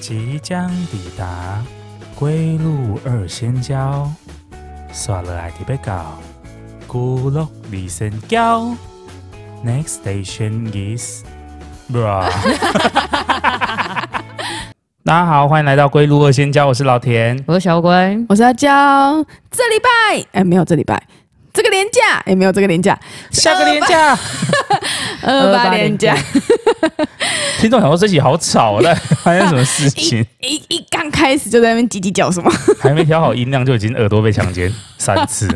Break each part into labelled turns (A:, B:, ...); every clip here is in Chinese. A: 即将抵达归路二仙交，刷了爱迪贝高，孤落二仙交。Next station is bra。大家好，欢迎来到归路二仙交，我是老田。
B: 我是小乖，
C: 我是阿娇。这礼拜哎，没有这礼拜，这个年假哎，没有这个年假，
A: 下个年假，
C: 二八年假，
A: 听众想说这集好吵啊， 到底发生什么事
C: 一
A: 情？
C: 一一刚开始就在那边叽叽叫什么，
A: 还没调好音量就已经耳朵被强奸三 次。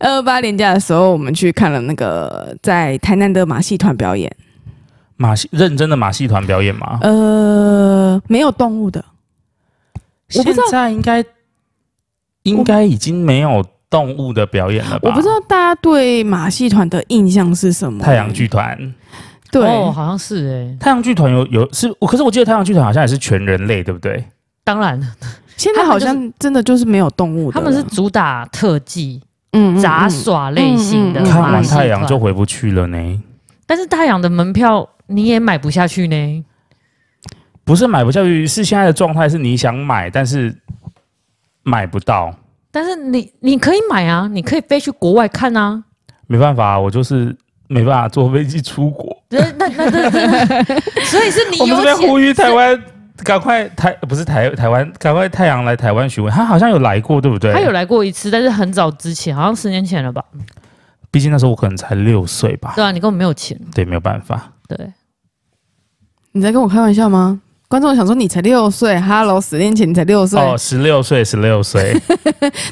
C: 二八年假的时候，我们去看了那个在台南的马戏团表演，
A: 马戏认真的马戏团表演吗？
C: 呃，没有动物的，我不知道
A: 现在应该应该已经没有动物的表演了吧？
C: 我不知道大家对马戏团的印象是什么。
A: 太阳剧团，
C: 对，
B: 哦，好像是哎、
A: 太阳剧团有有是，可是我记得太阳剧团好像也是全人类，对不对？
B: 当然，
C: 现在好像真的就是没有动物的
B: 他
C: 了，
B: 们是主打特技、
C: 嗯嗯
B: 杂
C: 嗯
B: 耍类型的
C: 嗯嗯嗯
A: 看
B: 马
A: 完
B: 戏
A: 太阳
B: 团
A: 就，回不去了呢。
B: 但是太阳的门票你也买不下去呢。
A: 不是买不下去，是现在的状态是你想买，但是买不到，
B: 但是你你可以买啊，你可以飞去国外看啊。
A: 没办法，我就是没办法坐飞机出国。
B: 那那那那， 所以是你
A: 我们这
B: 有
A: 边呼
B: 钱，
A: 吁台湾赶快台不是台台湾赶快太阳来台湾询问，他好像有来过，对不对？
B: 他有来过一次，但是很早之前，好像十年前了吧？
A: 毕竟那时候我可能才六岁吧，
C: 嗯
B: 对啊，你根本没有钱。
A: 对，没有办法。
B: 对，
C: 你在跟我开玩笑吗？观众想说你才六岁，Hello，十年前你才六岁，
A: 哦，十六岁，十六岁。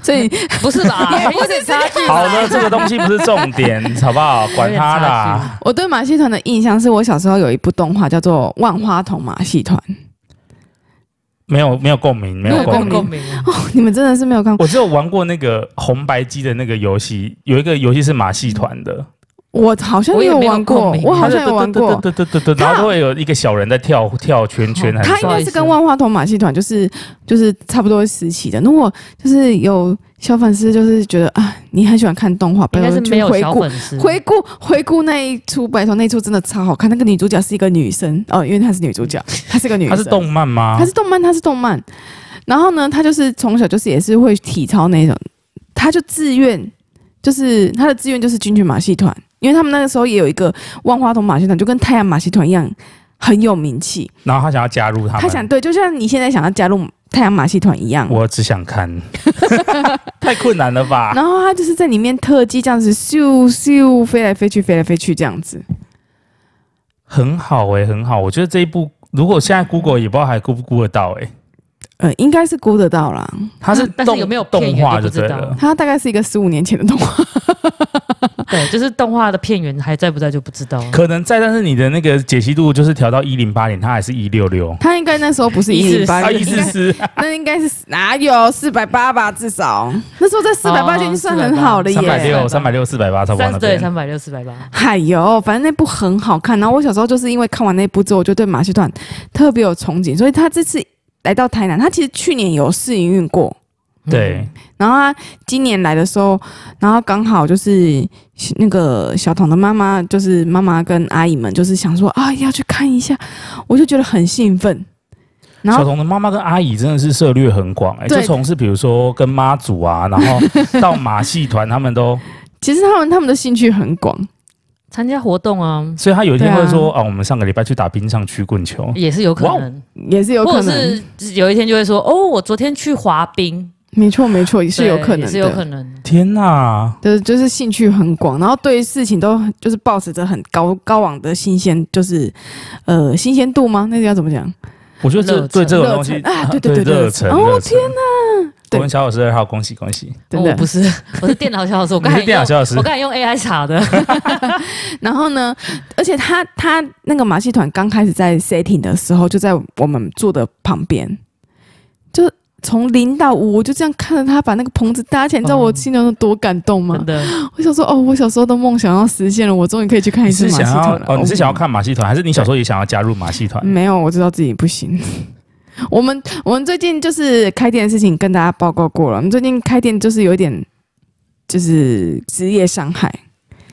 C: 所以
B: 不是吧？ 还有点差距。
A: 好的，这个东西不是重点，好不好？管他
B: 有点
A: 啦。
C: 我对马戏团的印象是我小时候有一部动画叫做《万花筒马戏团》，
A: 没有没有共鸣，没
B: 没
A: 有
B: 有
A: 共
B: 共
A: 鸣。
B: 鸣啊。
C: 你们真的是没有看过。
A: 我只有玩过那个红白机的那个游戏，有一个游戏是马戏团的，
C: 我好像有玩过
B: 我也没有共，鸣
C: 我哦好像有玩过。
A: 对对对对对，然后都会有一个小人在跳跳圈圈，还是
C: 哦它应该是跟万花筒马戏团就是就是差不多时期的。如果就是有小粉丝就是觉得啊，你很喜欢看动画，
B: 应该是没有
C: 回
B: 小
C: 顾
B: 粉丝，
C: 回顾回顾那一出，拜托那一出真的超好看。那个女主角是一个女生哦，因为她是女主角，她是个女
A: 它
C: 生，
A: 是动漫吗？
C: 它是动漫，它是动漫。然后呢，他就是从小就是也是会体操那种，他就自愿，就是他的志愿就是军犬马戏团，因为他们那个时候也有一个万花筒马戏团，就跟太阳马戏团一样很有名气。
A: 然后他想要加入他们，
C: 他想对，就像你现在想要加入太阳马戏团一样。
A: 我啊只想看， 太困难了吧？
C: 然后他就是在里面特技这样子咻咻飞来飞去，飞来飞去这样子。
A: 很好哎、很好，我觉得这一部如果现在 Google 也不知道还估不估得到哎、
C: 呃，应该是估得到啦。
A: 它是
B: 但是
A: 动
B: 有没有片
A: 动
B: 源
A: 画就
B: 就不知
A: 对
B: 道
A: 了。
C: 它大概是一个十五年前的动画。
B: 对，就是动画的片源还在不在就不知道
C: 嗯
B: 了。
A: 可能在，但是你的那个解析度就是调到一零八零，它还是一六六，
C: 它应该那时候不是一零八，
A: 啊
C: 应
A: 一四
C: 该
A: 四，
C: 那应该是哪有四百八吧，至少那时候在四百八就已经算很好了
A: 三百
C: 耶。
A: 六、三百六、四百八，差不多
B: 三
A: 那
B: 对
A: 边。
B: 三百六四百八，
C: 哎呦，反正那部很好看。然后我小时候就是因为看完那部之后，我就对马戏团特别有憧憬，所以他这次来到台南，他其实去年有试营运过，
A: 对，
C: 然后他今年来的时候，然后刚好就是那个小唐的妈妈，就是妈妈跟阿姨们，就是想说啊要去看一下，我就觉得很兴奋。然
A: 小
C: 后
A: 童的妈妈跟阿姨真的是涉略很广哎、
C: 对
A: 就从事比如说跟妈祖啊，然后到马戏团，他们都，
C: 其实他们他们的兴趣很广，
B: 参加活动啊，
A: 所以他有一天
C: 对啊嗯
A: 会说啊我们上个礼拜去打冰上曲棍球，
B: 也是有可
A: 哇
B: 能，
C: 也是有
B: 或
C: 可
B: 者
C: 能。
B: 是有一天就会说，哦，我昨天去滑冰，
C: 没错，没错，也是有
B: 对
C: 可能
B: 也
C: 的，
B: 是有可能。
A: 天哪、
C: 就是就是兴趣很广，然后对于事情都就是保持着很高高昂的新鲜，就是呃新鲜度吗？那个要怎么讲？
A: 我觉得这
B: 热忱
A: 对这种东西
C: 热忱啊对对
A: 对
C: 对对
A: 热忱。
C: 热忱哦
A: 热忱
C: 天
A: 我
C: 对
A: 们小老师二号，恭喜恭喜！
C: 真
B: 哦
C: 的、
B: 我不是， 我是电脑小老师，我
A: 你
B: 刚才
A: 是电脑
B: 用
A: 小老师
B: 我，刚才用 AI 查 的，
C: 然后呢，而且他他那个马戏团刚开始在 setting 的时候，就在我们坐的旁边，就从零到五，我就这样看着他把那个棚子搭起来，你知
A: 哦
C: 道我心中有多感动吗？
B: 真 的。
C: 我想说，哦，我小时候的梦想要实现了，我终于可以去看一
A: 你
C: 次
A: 是
C: 马戏
A: 想要
C: 团了。啊
A: 哦？你是想要看马戏团，还是你小时候也想要加入马戏团？
C: 没有，我知道自己不行。 我们我们最近就是开店的事情跟大家报告过了，我们最近开店就是有一点就是职业伤害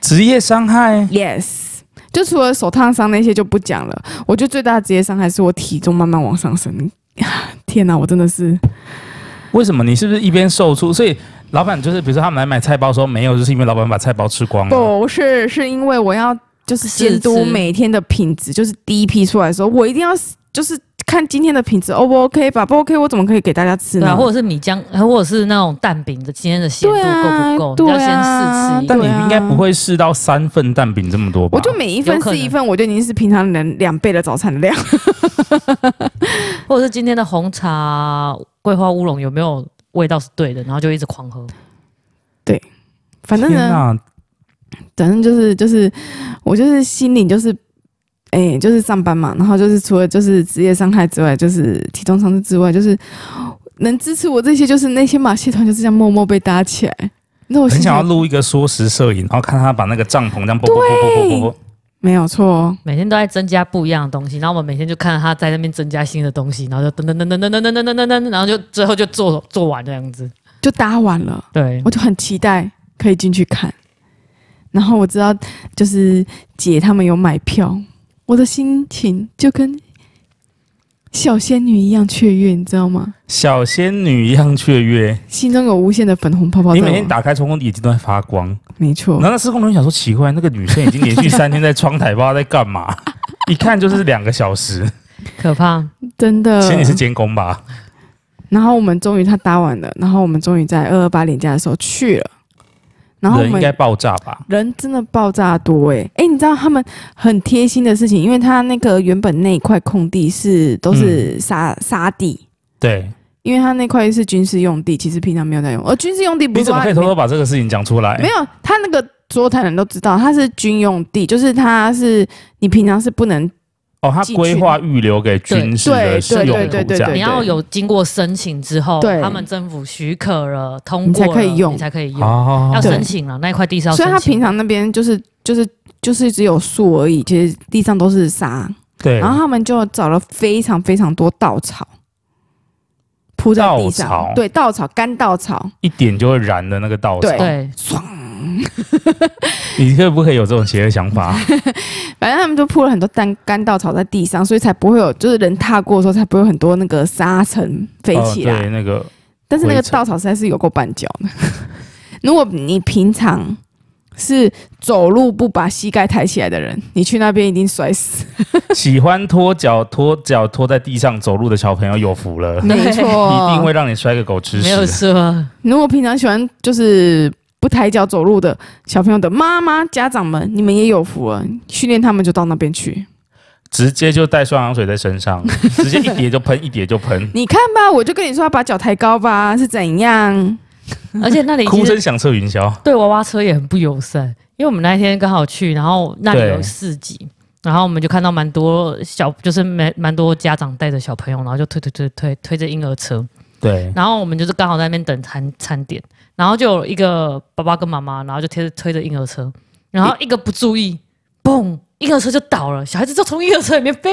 A: 职业伤害
C: ，yes，就除了手烫伤那些就不讲了，我觉得最大的职业伤害是我体重慢慢往上升。 天哪，我真的是
A: 为什么你是不是一边售出？所以老板就是，比如说他们来买菜包的时候没有，就是因为老板把菜包吃光了。
C: 不是是因为我要就是
B: 试
C: 监督
B: 吃
C: 每天的品质，就是第一批出来的时候，我一定要就是看今天的品质 O 不 OK 吧？不 OK 我怎么可以给大家吃
B: 对
C: 呢？
B: 啊，或者是米浆，或者是那种蛋饼的今天的咸度
C: 对啊
B: 够不够？
C: 对
B: 你要先试
C: 啊
B: 吃一
C: 对
A: 但
B: 下。
A: 你应该不会试到三份蛋饼这么多吧？
C: 我就每一份
B: 有可
C: 是
B: 能
C: 一份，我就已经是平常人两倍的早餐的量。
B: 或者是今天的红茶桂花乌龙有没有味道是对的，然后就一直狂喝。
C: 反正
A: 天
C: 呢，
A: 哪，
C: 反正就是就是，我就是心里就是，哎、就是上班嘛，然后就是除了就是职业伤害之外，就是体重上升之外，就是能支持我这些，就是那些马戏团就是这样默默被搭起来。那我
A: 很
C: 心
A: 想要
C: 想，
A: 录一个缩时摄影，然后看他把那个帐篷这样啵啵啵啵啵啵啵。
C: 没有错哦，
B: 每天都在增加不一样的东西，然后我们每天就看着他在那边增加新的东西，然后就噔噔噔噔噔噔噔噔噔噔，然后就最后就做做完这样子。
C: 就搭完了，
B: 对，
C: 我就很期待可以进去看。然后我知道，就是姐他们有买票，我的心情就跟小仙女一样雀跃，你知道吗？
A: 小仙女一样雀跃，
C: 心中有无限的粉红泡泡在
A: 你
C: 往。
A: 每天打开窗户眼睛都在发光。
C: 没错
A: 然，后那施工人员想说奇怪，那个女生已经连续三天在窗台，不知道在干嘛， 一看就是两个小时。
B: 可怕。
C: 真的。
A: 其实你是监工吧？
C: 然后我们终于他搭完了，然后我们终于在二二八年假的时候去了，然后我
A: 人应
C: 们
A: 该爆炸吧？
C: 人真的爆炸多哎、欸、哎、你知道他们很贴心的事情，因为他那个原本那一块空地是都
A: 嗯
C: 是沙、沙地。
A: 对，
C: 因为他那块是军事用地，其实平常没有在用。而军事用地
A: 你
C: 不是
A: 怎
C: 说
A: 么
C: 它
A: 可以
C: 里
A: 偷
C: 面
A: 偷把这个事情讲出来？
C: 没有，他那个所有台人都知道，它是军用地，就是它是你平常是不能
A: 哦，他
C: 进去
A: 规划预留给军事的
C: 对
A: 使
C: 对
A: 用
C: 对
A: 途
C: 对对
A: 这样
B: 你要有经过申请之后，
C: 对
B: 他们政府许可了，通
C: 你
B: 过
C: 才
B: 了
C: 可以用
B: 你才可以用，
A: 哦，
B: 要
C: 对
B: 申请了那一块地是要
C: 所
B: 申请
C: 以他
B: 的。
C: 平常那边就是就是就是只有树而已，其实地上都是沙。
A: 对，
C: 然后他们就找了非常非常多稻草铺在地上，
A: 稻草
C: 对，稻草干稻草，
A: 一点就会燃的那个稻草，
C: 对
B: 对，
A: 你可不可以有这种邪恶想 法？
C: 反正他们就铺了很多干干稻草在地上，所以才不会有就是人踏过的时候才不会有很多那个沙尘飞
A: 哦
C: 起来。
A: 对，那个
C: 但是那个
A: 灰尘
C: 稻草实在是有够绊脚的。 如果你平常是走路不把膝盖抬起来的人，你去那边一定摔死。
A: 喜欢拖脚、拖脚拖在地上走路的小朋友有福了，
C: 没错，
A: 一定会让你摔个狗吃
B: 没有啊
A: 屎。
B: 错，
C: 如果平常喜欢就是不抬脚走路的小朋友的妈妈、家长们，你们也有福了，训练他们就到那边去。
A: 直接就带双氧水在身 上，直接一叠就喷，一叠就喷，
C: 你看吧，我就跟你说要把脚抬高吧，是怎样？
B: 而且那里
A: 哭
B: 其实
A: 声响彻云霄。
B: 对娃娃车也很不友善，因为我们那一天刚好去，然后那里
A: 对
B: 有市集，然后我们就看到蛮多小，就是蛮蛮多家长带着小朋友，然后就推推推推推着婴儿车，
A: 对，
B: 然后我们就是刚好在那边等餐餐点，然后就有一个爸爸跟妈妈，然后就贴着推着婴儿车，然后一个不注意，嘣，婴儿车就倒了，小孩子就从婴儿车里面飞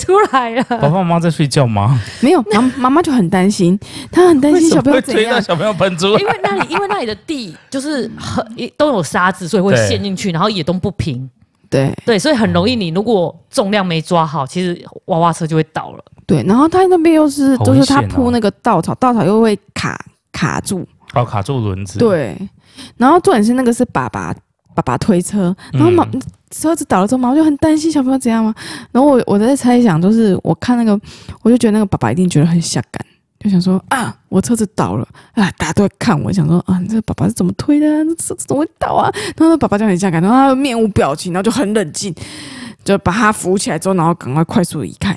B: 出来
C: 呃
B: 了。
A: 爸爸妈妈在睡觉吗？
C: 没 有，妈妈妈就很担心，她很担
A: 为
C: 心
A: 什么
C: 小朋 友
A: 会
C: 怎
A: 推到
C: 样。哎
A: 小朋友喷出来
B: 因？为那里，因为那里的地就是很都有沙子，所以会
A: 对
B: 陷进去，然后也都不平。
C: 对
B: 对，所以很容易，你如果重量没抓好，其实娃娃车就会倒了。
C: 对，然后他那边又是、
A: 好
C: 就
A: 危
C: 是
A: 险
C: 他
A: 哦
C: 铺那个稻草，稻草又会卡卡住。
A: 哦，卡住轮子。
C: 对，然后重点是那个是爸爸爸爸推车，然后妈、
A: 嗯
C: 车子倒了之后，妈妈就很担心小朋友怎样嘛。啊然后我我在猜想，就是我看那个，我就觉得那个爸爸一定觉得很下感，就想说啊，我车子倒了啊，大家都在看我，想说啊，你这个爸爸是怎么推的、啊？这车子怎么会倒啊？然后那爸爸就很下感，然后他面无表情，然后就很冷静，就把他扶起来之后，然后赶快快速离开。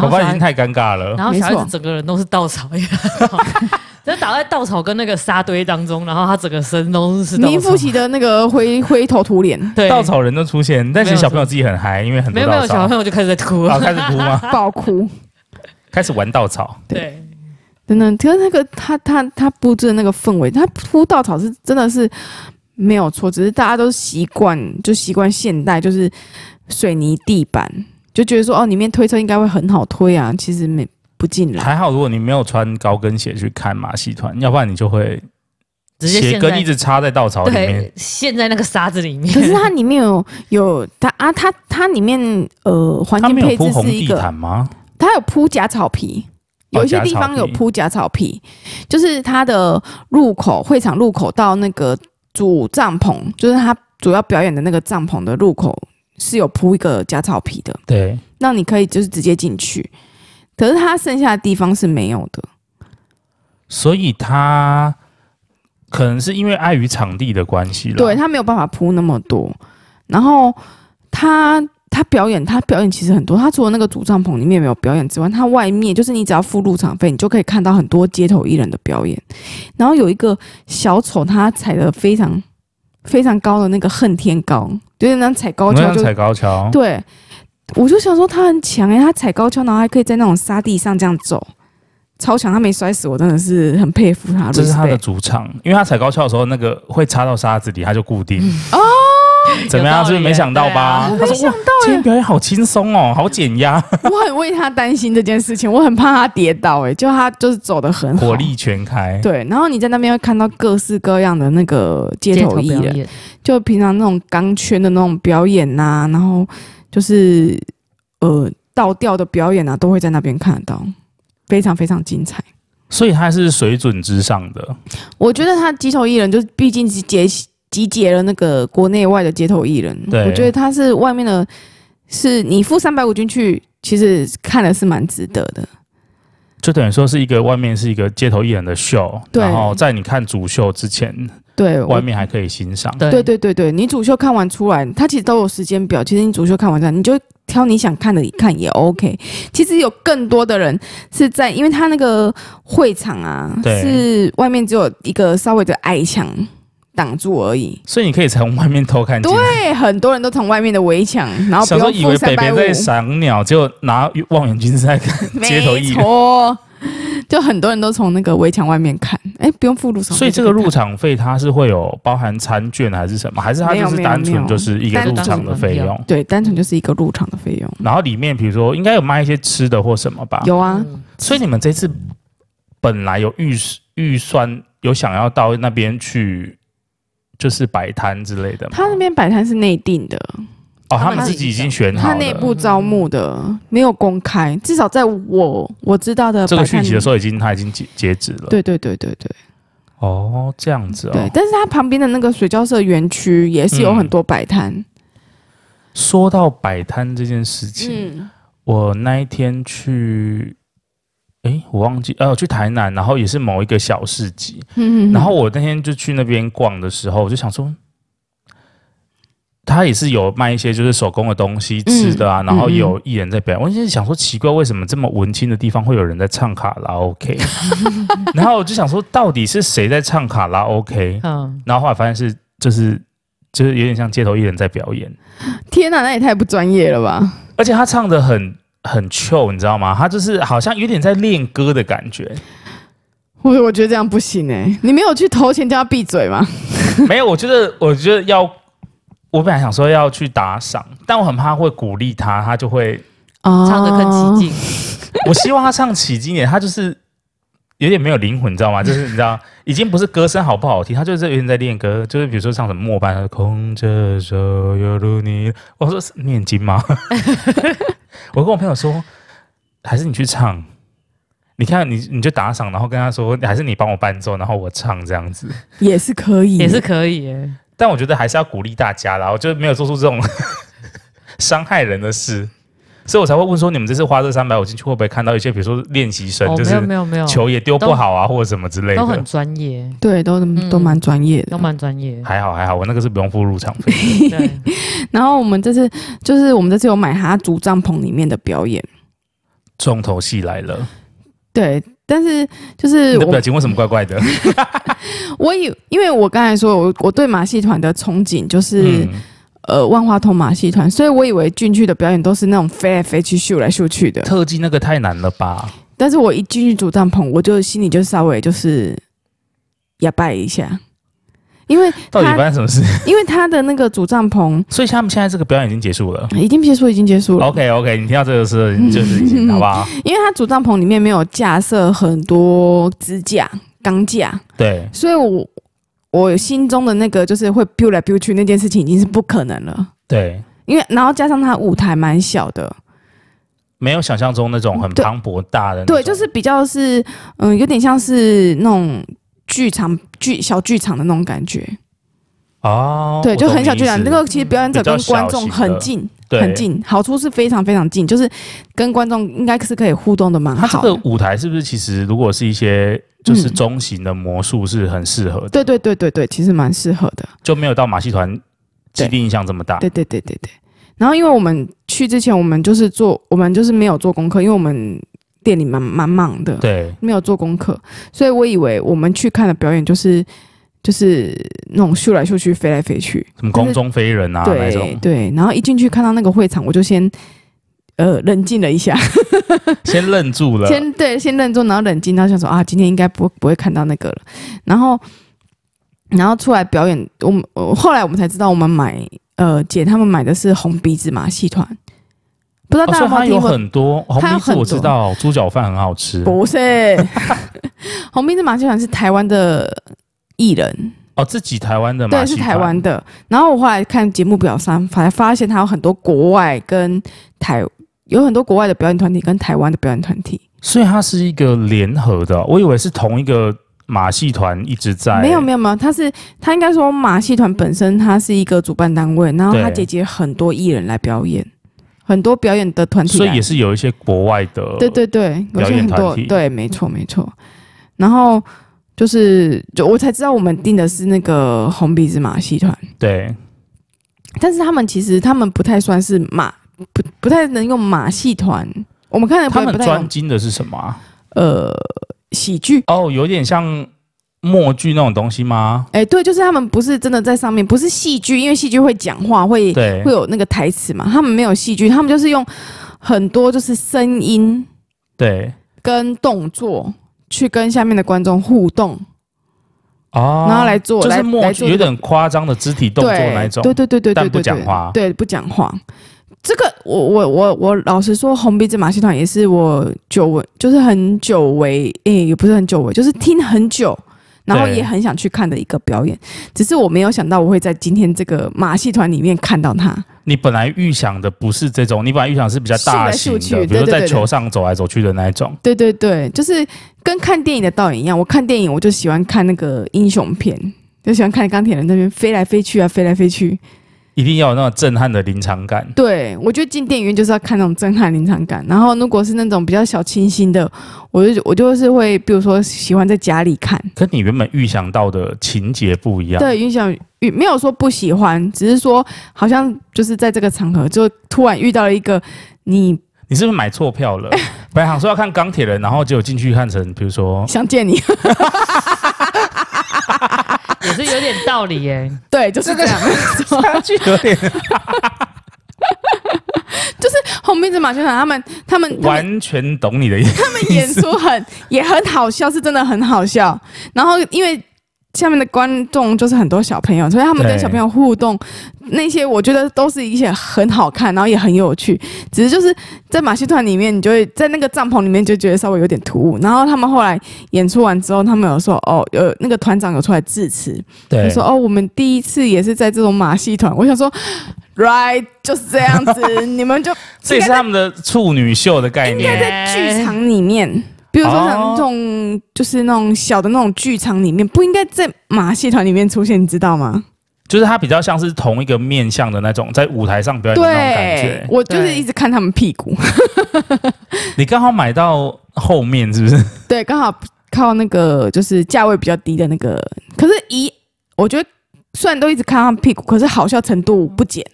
A: 爸
B: 后小
A: 爸已经
B: 孩，
A: 太尴尬了。
B: 然后小
C: 没
B: 孩
C: 错
B: 子整个人都是稻草一样， 就倒在稻草跟那个沙堆当中，然后他整个身都是稻
C: 名副
B: 草。
C: 其的那个灰灰头土脸，
B: 对，
A: 稻草人都出现，但其实
B: 没有
A: 小朋友自己很嗨，因为很
B: 没
A: 多啊
B: 有没有，
A: 稻
B: 小
A: 草
B: 朋，友就开始在 哭
A: 然后开
B: 了。
A: 始哭吗？
C: 爆哭。
A: 开始玩稻草，
B: 对，
C: 真的，可是那个他他他布置的那个氛围，他铺稻草是真的是没有错，只是大家都习惯就习惯现代，就是水泥地板，就觉得说哦，里面推车应该会很好推啊，其实没不进来。
A: 还好如果你没有穿高跟鞋去看马戏团，要不然你就会
B: 直接
A: 鞋
B: 陷
A: 跟一
B: 在
A: 直插在稻草里面
B: 对，陷在那个沙子里面。
C: 可是 它里面有有它啊，它它里面呃环
A: 他
C: 境
A: 没有
C: 配
A: 铺
C: 置
A: 红
C: 是一
A: 地
C: 个，
A: 毯吗？
C: 它有铺假草皮，
A: 哦
C: 有一些
A: 假
C: 地
A: 草
C: 方有
A: 皮
C: 铺假草皮，就是它的入口会场入口到那个主帐篷，就是它主要表演的那个帐篷的入口是有铺一个假草皮的，
A: 对，
C: 那你可以就是直接进去。可是它剩下的地方是没有的，
A: 所以他可能是因为碍于场地的关系了。
C: 对，它没有办法铺那么多。然后它它表演，它表演其实很多。它除了那个主帐篷里面没有表演之外，它外面就是你只要付入场费，你就可以看到很多街头艺人的表演。然后有一个小丑，他踩的非常非常高的那个恨天高，就是那踩高
A: 同
C: 跷
A: 样
C: 就
A: 踩高跷，
C: 对，我就想说他很强哎、他踩高跷，然后还可以在那种沙地上这样走，超强！他没摔死我，真的是很佩服他。
A: 这是他的
C: respect
A: 主场，因为他踩高跷的时候，那个会插到沙子里，他就固定。
C: 哦，
A: 怎么样？
B: 嗯有道理
A: 是不是没想到吧？
B: 对
A: 他说：“哇，今天表演好轻松哦，好减压，
C: 我很为他担心这件事情，我很怕他跌倒哎、就他就是走的 很好
A: 火。力全开。
C: 对，然后你在那边会看到各式各样的那个街头艺
B: 表
C: 人，
B: 演，
C: 就平常那种钢圈的那种表演呐、然后就是呃倒吊的表演啊，都会在那边看得到，非常非常精彩。
A: 所以他是水准之上的。
C: 我觉得他街头艺人就是毕竟集结集结了那个国内外的街头艺人，
A: 对
C: 我觉得他是外面的，是你付三百五进去，其实看了是蛮值得的。
A: 就等于说是一个外面是一个街头艺人的秀，
C: 对
A: 然后在你看主秀之前，
C: 对，我
A: 外面还可以欣赏。
B: 对
C: 对对对对，你主秀看完出来，它其实都有时间表。其实你主秀看完出来，你就挑你想看的看也 OK。其实有更多的人是在，因为它那个会场啊，
A: 对
C: 是外面只有一个稍微的矮墙挡住而已。
A: 所以你可以从外面偷看进来。
C: 对，很多人都从外面的围墙，然后
A: 小
C: 不
A: 时候
C: 用
A: 以为
C: 付
A: 北北
C: 三百五，
A: 在赏鸟，结果拿望远镜是在看街头艺
C: 没
A: 人。
C: 错，就很多人都从那个围墙外面看，哎，不用付入场费就可以看，
A: 所以这个入场费它是会有包含餐券还是什么？还是它
C: 没
A: 就
C: 有
A: 是
C: 没有
A: 单
C: 没
A: 纯
C: 有
A: 就是一个
C: 单
A: 入
C: 纯
A: 场的
B: 门
A: 费
B: 票
A: 用？
C: 对，单纯就是一个入场的费用。
A: 然后里面比如说应该有卖一些吃的或什么吧。
C: 有啊，
B: 嗯
A: 所以你们这次本来有预预算，有想要到那边去，就是摆摊之类的吗？
C: 他那边摆摊是内定的，
A: 哦，
B: 他
A: 他
B: 们
A: 们自己已经选好
C: 他
A: 了。
C: 内部招募的没有公开，至少在我我知道的
A: 这个
C: 摆摊
A: 讯息的时
C: 里
A: 候已经他已经截截止了。
C: 对对对对对
A: 哦，这样子
C: 对
A: 哦。，
C: 但是它旁边的那个水交社园区也是有
A: 嗯
C: 很多摆摊，
A: 说到摆摊这件事情，
C: 嗯，
A: 我那一天去，诶，我忘记，呃，我去台南，然后也是某一个小市集，
C: 嗯
A: 然后我那天就去那边逛的时候，我就想说，他也是有卖一些就是手工的东西、吃的啊，然后也有艺人在表演。我就是想说，奇怪，为什么这么文青的地方会有人在唱卡拉 OK？然后我就想说，到底是谁在唱卡拉 OK？
B: 嗯，
A: 然后后来发现是就是就是有点像街头艺人在表演，
C: 天哪，那也太不专业了吧？
A: 而且他唱的很很 chill，你知道吗？他就是好像有点在练歌的感觉。
C: 我我觉得这样不行哎、你没有去投钱叫他闭嘴吗？
A: 没有，我觉得我觉得要，我本来想说要去打赏，但我很怕会鼓励他，他就会。
C: 啊
B: 唱的更起劲，
A: 我希望他唱起劲一点，他就是有点没有灵魂，你知道吗？就是你知道，已经不是歌声好不好听，他就是有点在练歌，就是比如说唱什么末班，他说空着手犹如你，我说是念经吗？我跟我朋友说，还是你去唱。你看，你你就打赏，然后跟他说，还是你帮我伴奏，然后我唱这样子。
C: 哦也是可以，
B: 也是可以耶。
A: 但我觉得还是要鼓励大家啦，我就没有做出这种 伤害人的事，所以我才会问说，你们这次花这三百五进去，会不会看到一些，比如说练习生，
B: 哦，
A: 就
B: 没有没
A: 是
B: 有没有，
A: 球也丢不好啊，或者什么之类
B: 都很
A: 的。
B: 专业，
C: 对，都
B: 嗯
C: 都蛮专业的
B: 都。蛮专业。
A: 还好还好，我那个是不用付入场费。
B: 对，
C: 然后我们这次就是我们这次有买他主帐篷里面的表演，
A: 重头戏来了，
C: 对，但是就
A: 你
C: 是
A: 的
C: 我
A: 表情为什么怪怪的？
C: 我以因为我刚才说我我对马戏团的憧憬就是、
A: 嗯，
C: 呃万花筒马戏团，所以我以为进去的表演都是那种飞来飞去、秀来秀去的。
A: 特技那个太难了吧？
C: 但是我一进去主帐篷，我就心里就稍微就是哑巴一下，因为
A: 到底
C: 他
A: 发生什么事？
C: 因为他的那个主帐篷
A: 所以他们现在这个表演已经结束了。
C: 已经结束，已经结束了。
A: OK OK，你听到这个是就是已经好不好？
C: 因为它主帐篷里面没有架设很多支架、钢架，
A: 对，
C: 所以我我心中的那个就是会 biu 来 biu 去那件事情已经是不可能了，
A: 对，
C: 因为然后加上它舞台蛮小的，
A: 没有想象中那种很
C: 对
A: 磅礴大的那种。
C: 对，就是比较是嗯、有点像是那种剧场剧小剧场的那种感觉，
A: 哦，
C: 对，
A: 我
C: 就
A: 懂
C: 很
A: 你
C: 小
A: 意
C: 剧场。
A: 思
C: 那个其实表演者
A: 比较
C: 跟观
A: 小
C: 众
A: 型
C: 很
A: 的
C: 近，
A: 对
C: 很近，好处是非常非常近，就是跟观众应该是可以互动的蛮
A: 它这
C: 好
A: 个
C: 的。
A: 舞台是不是其实如果是一些就是
C: 嗯
A: 中型的魔术是很适合的，
C: 对对对对对，其实蛮适合的。
A: 就没有到马戏团
C: 对
A: 既定印象这么大。
C: 对对对对对。然后因为我们去之前，我们就是做，我们就是没有做功课，因为我们店里蛮蛮忙的，
A: 对
C: 没有做功课，所以我以为我们去看的表演就是就是那种咻来咻去、飞来飞去，
A: 什么空中飞人啊那
C: 对
A: 种，
C: 对。然后一进去看到那个会场，我就先呃冷静了一下，
A: 先愣住了。
C: 先对，先认住，然后冷静，然后想说啊，今天应该不不会看到那个了。然后，然后出来表演，我们我后来我们才知道，我们买呃姐他们买的是红鼻子马戏团，不知道
A: 哦
C: 大家
A: 所
C: 有
A: 以它
C: 没有听
A: 有
C: 过？
A: 很多红
C: 它有
A: 鼻子，
C: 很
A: 我知
C: 多
A: 道猪脚饭很好吃。
C: 不是， 红鼻子马戏团是台湾的艺人，
A: 哦，自己台湾的马
C: 对，
A: 戏
C: 是
A: 团
C: 台湾的。然后我后来看节目表上，才发现他有很多国外跟台有很多国外的表演团体跟台湾的表演团体。
A: 所以它是一个联合的哦，我以为是同一个马戏团一直在。
C: 没有没有没有，他是他应该说马戏团本身它是一个主办单位，然后他
A: 对
C: 集结很多艺人来表演，很多表演的团体
A: 所
C: 来，
A: 以也是有一些国外的。
C: 啊对对对，有
A: 表
C: 些
A: 演
C: 很
A: 团
C: 多
A: 体
C: 对，没错没错。然后就是就我才知道我们订的是那个红鼻子马戏团，
A: 对
C: 但是他们其实他们不太算是马，不不太能用马戏团。我们看的
A: 他
C: 表演
A: 们
C: 不太
A: 专
C: 用
A: 精的是什么啊？
C: 呃喜剧，
A: 哦，有点像默剧那种东西吗？
C: 哎、对，就是他们不是真的在上面，不是戏剧，因为戏剧会讲话，会
A: 对
C: 会有那个台词嘛。他们没有戏剧，他们就是用很多就是声音
A: 对，
C: 跟动作去跟下面的观众互动，
A: 哦，
C: 然后来做，
A: 就是
C: 来
A: 默
C: 来做
A: 剧有点夸张的肢体
C: 这
A: 动
C: 个
A: 作
C: 对
A: 那一种，
C: 对对对对对，
A: 但不
C: 对
A: 讲话
C: 对不讲话。这个我我我我老实说，红鼻子马戏团也是我久闻，就是很久违，诶、也不是很久违，就是听很久，然后
A: 对
C: 也很想去看的一个表演。只是我没有想到我会在今天这个马戏团里面看到它。
A: 你本来预想的不是这种，你本来预想是比较大型的，
C: 竖来竖去
A: 比如说
C: 对对
A: 在
C: 对
A: 球上走来走去的那一种。
C: 对对对，就是跟看电影的导演一样，我看电影我就喜欢看那个英雄片，就喜欢看钢铁人那边飞来飞去啊，飞来飞去。
A: 一定要有那种震撼的临场感，
C: 对我觉得进电影院就是要看那种震撼临场感，然后如果是那种比较小清新的，我就我就是会，比如说喜欢在家里看。
A: 跟你原本预想到的情节不一样。，
C: 对，云想与没有说不喜欢，只是说好像就是在这个场合就突然遇到了一个你
A: 你是不是买错票 了？本来想说要看钢铁人，然后结果进去看成，比如 说
C: 想见你，
B: 也是有点道理 耶、
C: 对，就是这样。
A: 差距有点
C: 红鼻子马戏团他们他们他们
A: 完全懂你的意思。
C: 演出很也很好笑，是真的很好笑。然后因为下面的观众就是很多小朋友，所以他们
A: 对
C: 跟小朋友互动，那些我觉得都是一些很好看，然后也很有趣。只是就是在马戏团里面，你就会在那个帐篷里面就觉得稍微有点突兀。然后他们后来演出完之后，他们有说哦，呃，那个团长有出来致辞，
A: 对
C: 他说哦，我们第一次也是在这种马戏团。我想说，right 就是这样子，你们就
A: 这也是他们的处女秀的概念。
C: 在剧场里面，比如说像那种、就是那种小的那种剧场里面，不应该在马戏团里面出现，你知道吗？
A: 就是它比较像是同一个面向的那种，在舞台上表演的那种感
C: 对
A: 觉，。
C: 我就是
B: 对
C: 一直看他们屁股，
A: 你刚好买到后面是不是？
C: 对，刚好靠那个就是价位比较低的那个，可是一我觉得虽然都一直看他们屁股，可是好笑程度不减，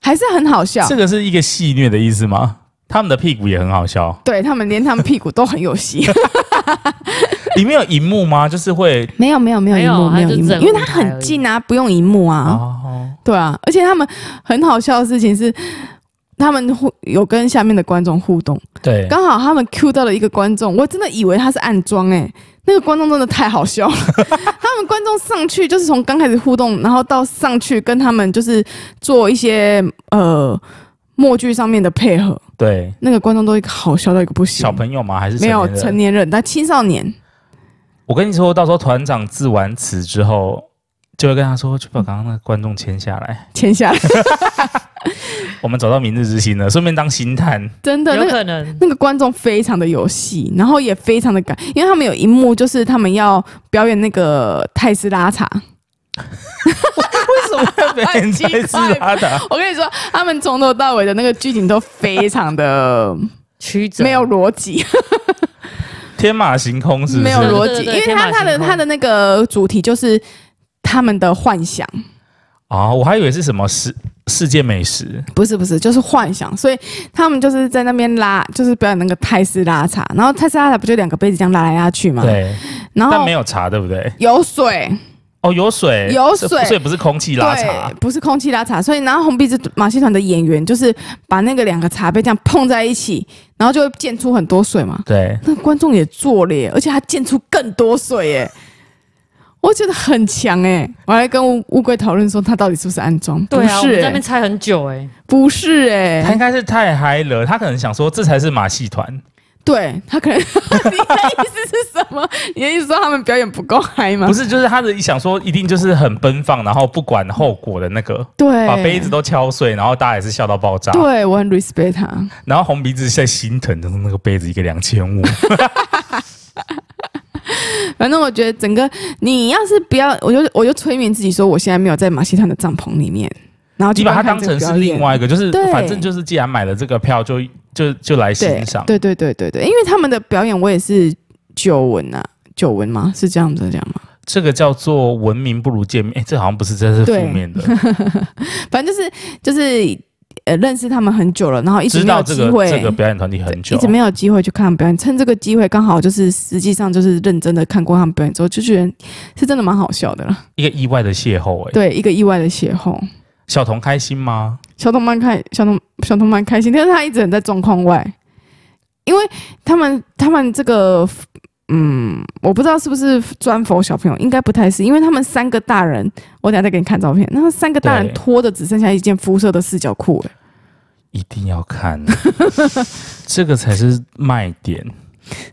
C: 还是很好 笑。
A: 这个是一个戏虐的意思吗？他们的屁股也很好笑，
C: 对他们连他们屁股都很有戏，
A: 里面有荧幕吗？就是会
C: 没有没有没有
B: 没
C: 荧
B: 有
C: 幕没有
B: 他就
C: 荧幕，
B: 整
C: 因为
B: 舞
C: 他
B: 台而
C: 很
B: 已
C: 近啊，不用荧幕啊。
A: 哦，
C: 对啊，而且他们很好笑的事情是，他们互有跟下面的观众互动，
A: 对，
C: 刚好他们 Q 到了一个观众，我真的以为他是暗装哎、那个观众真的太好笑了。 他们观众上去就是从刚开始互动，然后到上去跟他们就是做一些呃默剧上面的配合，
A: 对，
C: 那个观众都好笑到一个不行。
A: 小朋友吗？还是
C: 没有
A: 成年人
C: 成年人，但青少年
A: 我跟你说，到时候团长致完词之后，就会跟他说，去把刚刚那个观众签下来，
C: 签下 来，
A: 我们找到明日之星了，顺便当星探。
C: 真的那
B: 有
C: 个
B: 可能
C: 那个观众非常的有戏，然后也非常的感，因为他们有一幕就是他们要表演那个泰斯拉茶。为 什么
A: 被人在自拉达，
C: 我跟你说，他们从头到尾的那个剧情都非常的
B: 曲折
C: 没有逻辑，
A: 天马行空是不
C: 没有
A: 是？
C: 逻
B: 对对
C: 辑，
B: 对
C: 因
B: 对
C: 为他
B: 天马行空
C: 他的他的那个主题就是他们的幻想，
A: 啊、我还以为是什么世世界美食，
C: 不是不是，就是幻想，所以他们就是在那边拉，就是表演那个泰式拉茶，然后泰式拉茶不就两个杯子这样拉来拉去嘛，，
A: 对，
C: 然
A: 但
C: 后
A: 没有茶，对不对？
C: 有水，
A: 哦，有水，
C: 有
A: 这
C: 水
A: 所以不是空气拉茶
C: 对，，不是空气拉茶，所以然后红鼻子马戏团的演员就是把那个两个茶杯这样碰在一起，然后就会溅出很多水嘛。
A: 对，
C: 那观众也做了耶，而且他溅出更多水耶，我觉得很强哎。我还跟乌乌龟讨论说他到底是不是安装，
B: 对啊，我
C: 不
B: 们
C: 是
B: 在那边
C: 耶，
B: 猜很久哎，
C: 不是
A: 他应
C: 哎，
A: 该是太嗨了，他可能想说这才是马戏团，
C: 对他可能你的意思是什么？你的意思说他们表演不够嗨吗？
A: 不，是，就是他的想说一定就是很奔放，然后不管后果的那个，
C: 对，
A: 把杯子。都敲碎，然后大家也是笑到爆炸，
C: 对，我很 respect 他。
A: 然后红鼻子在心疼的那个杯子一个两千 五，
C: 反正我觉得整个你要是不要，我就我就催眠自己说，我现在没有在马戏团的帐篷里面，然后
A: 你
C: 就
A: 把它当成是另外一个，就是
C: 对
A: 反正就是既然买了这个票就，就就来
C: 对
A: 欣赏，
C: 对对对对对，因为他们的表演我也是久闻啊，久闻吗？是这样子讲吗？
A: 这个叫做文明不如见面，哎，这好像不是，这是负
C: 对
A: 面 的，
C: 反正就是就是呃认识他们很久了，然后一直
A: 知
C: 没有
A: 道这
C: 机
A: 个
C: 会。
A: 这个表演团体很久，
C: 一直没有机会去看他们表演，趁这个机会刚好就是实际上就是认真的看过他们表演之后，就觉得是真的蛮好笑的了。
A: 一个意外的邂逅、哎，
C: 对，一个意外的邂逅，
A: 小童开心吗？
C: 小动漫开小动小动漫开心，但是他一直很在状况外，因为他们他们这个嗯，我不知道是不是专否小朋友，应该不太是，因为他们三个大人，我等一下再给你看照片，那三个大人
A: 对
C: 脱的只剩下一件肤色的四角裤、欸，
A: 一定要看，啊这个才是卖点。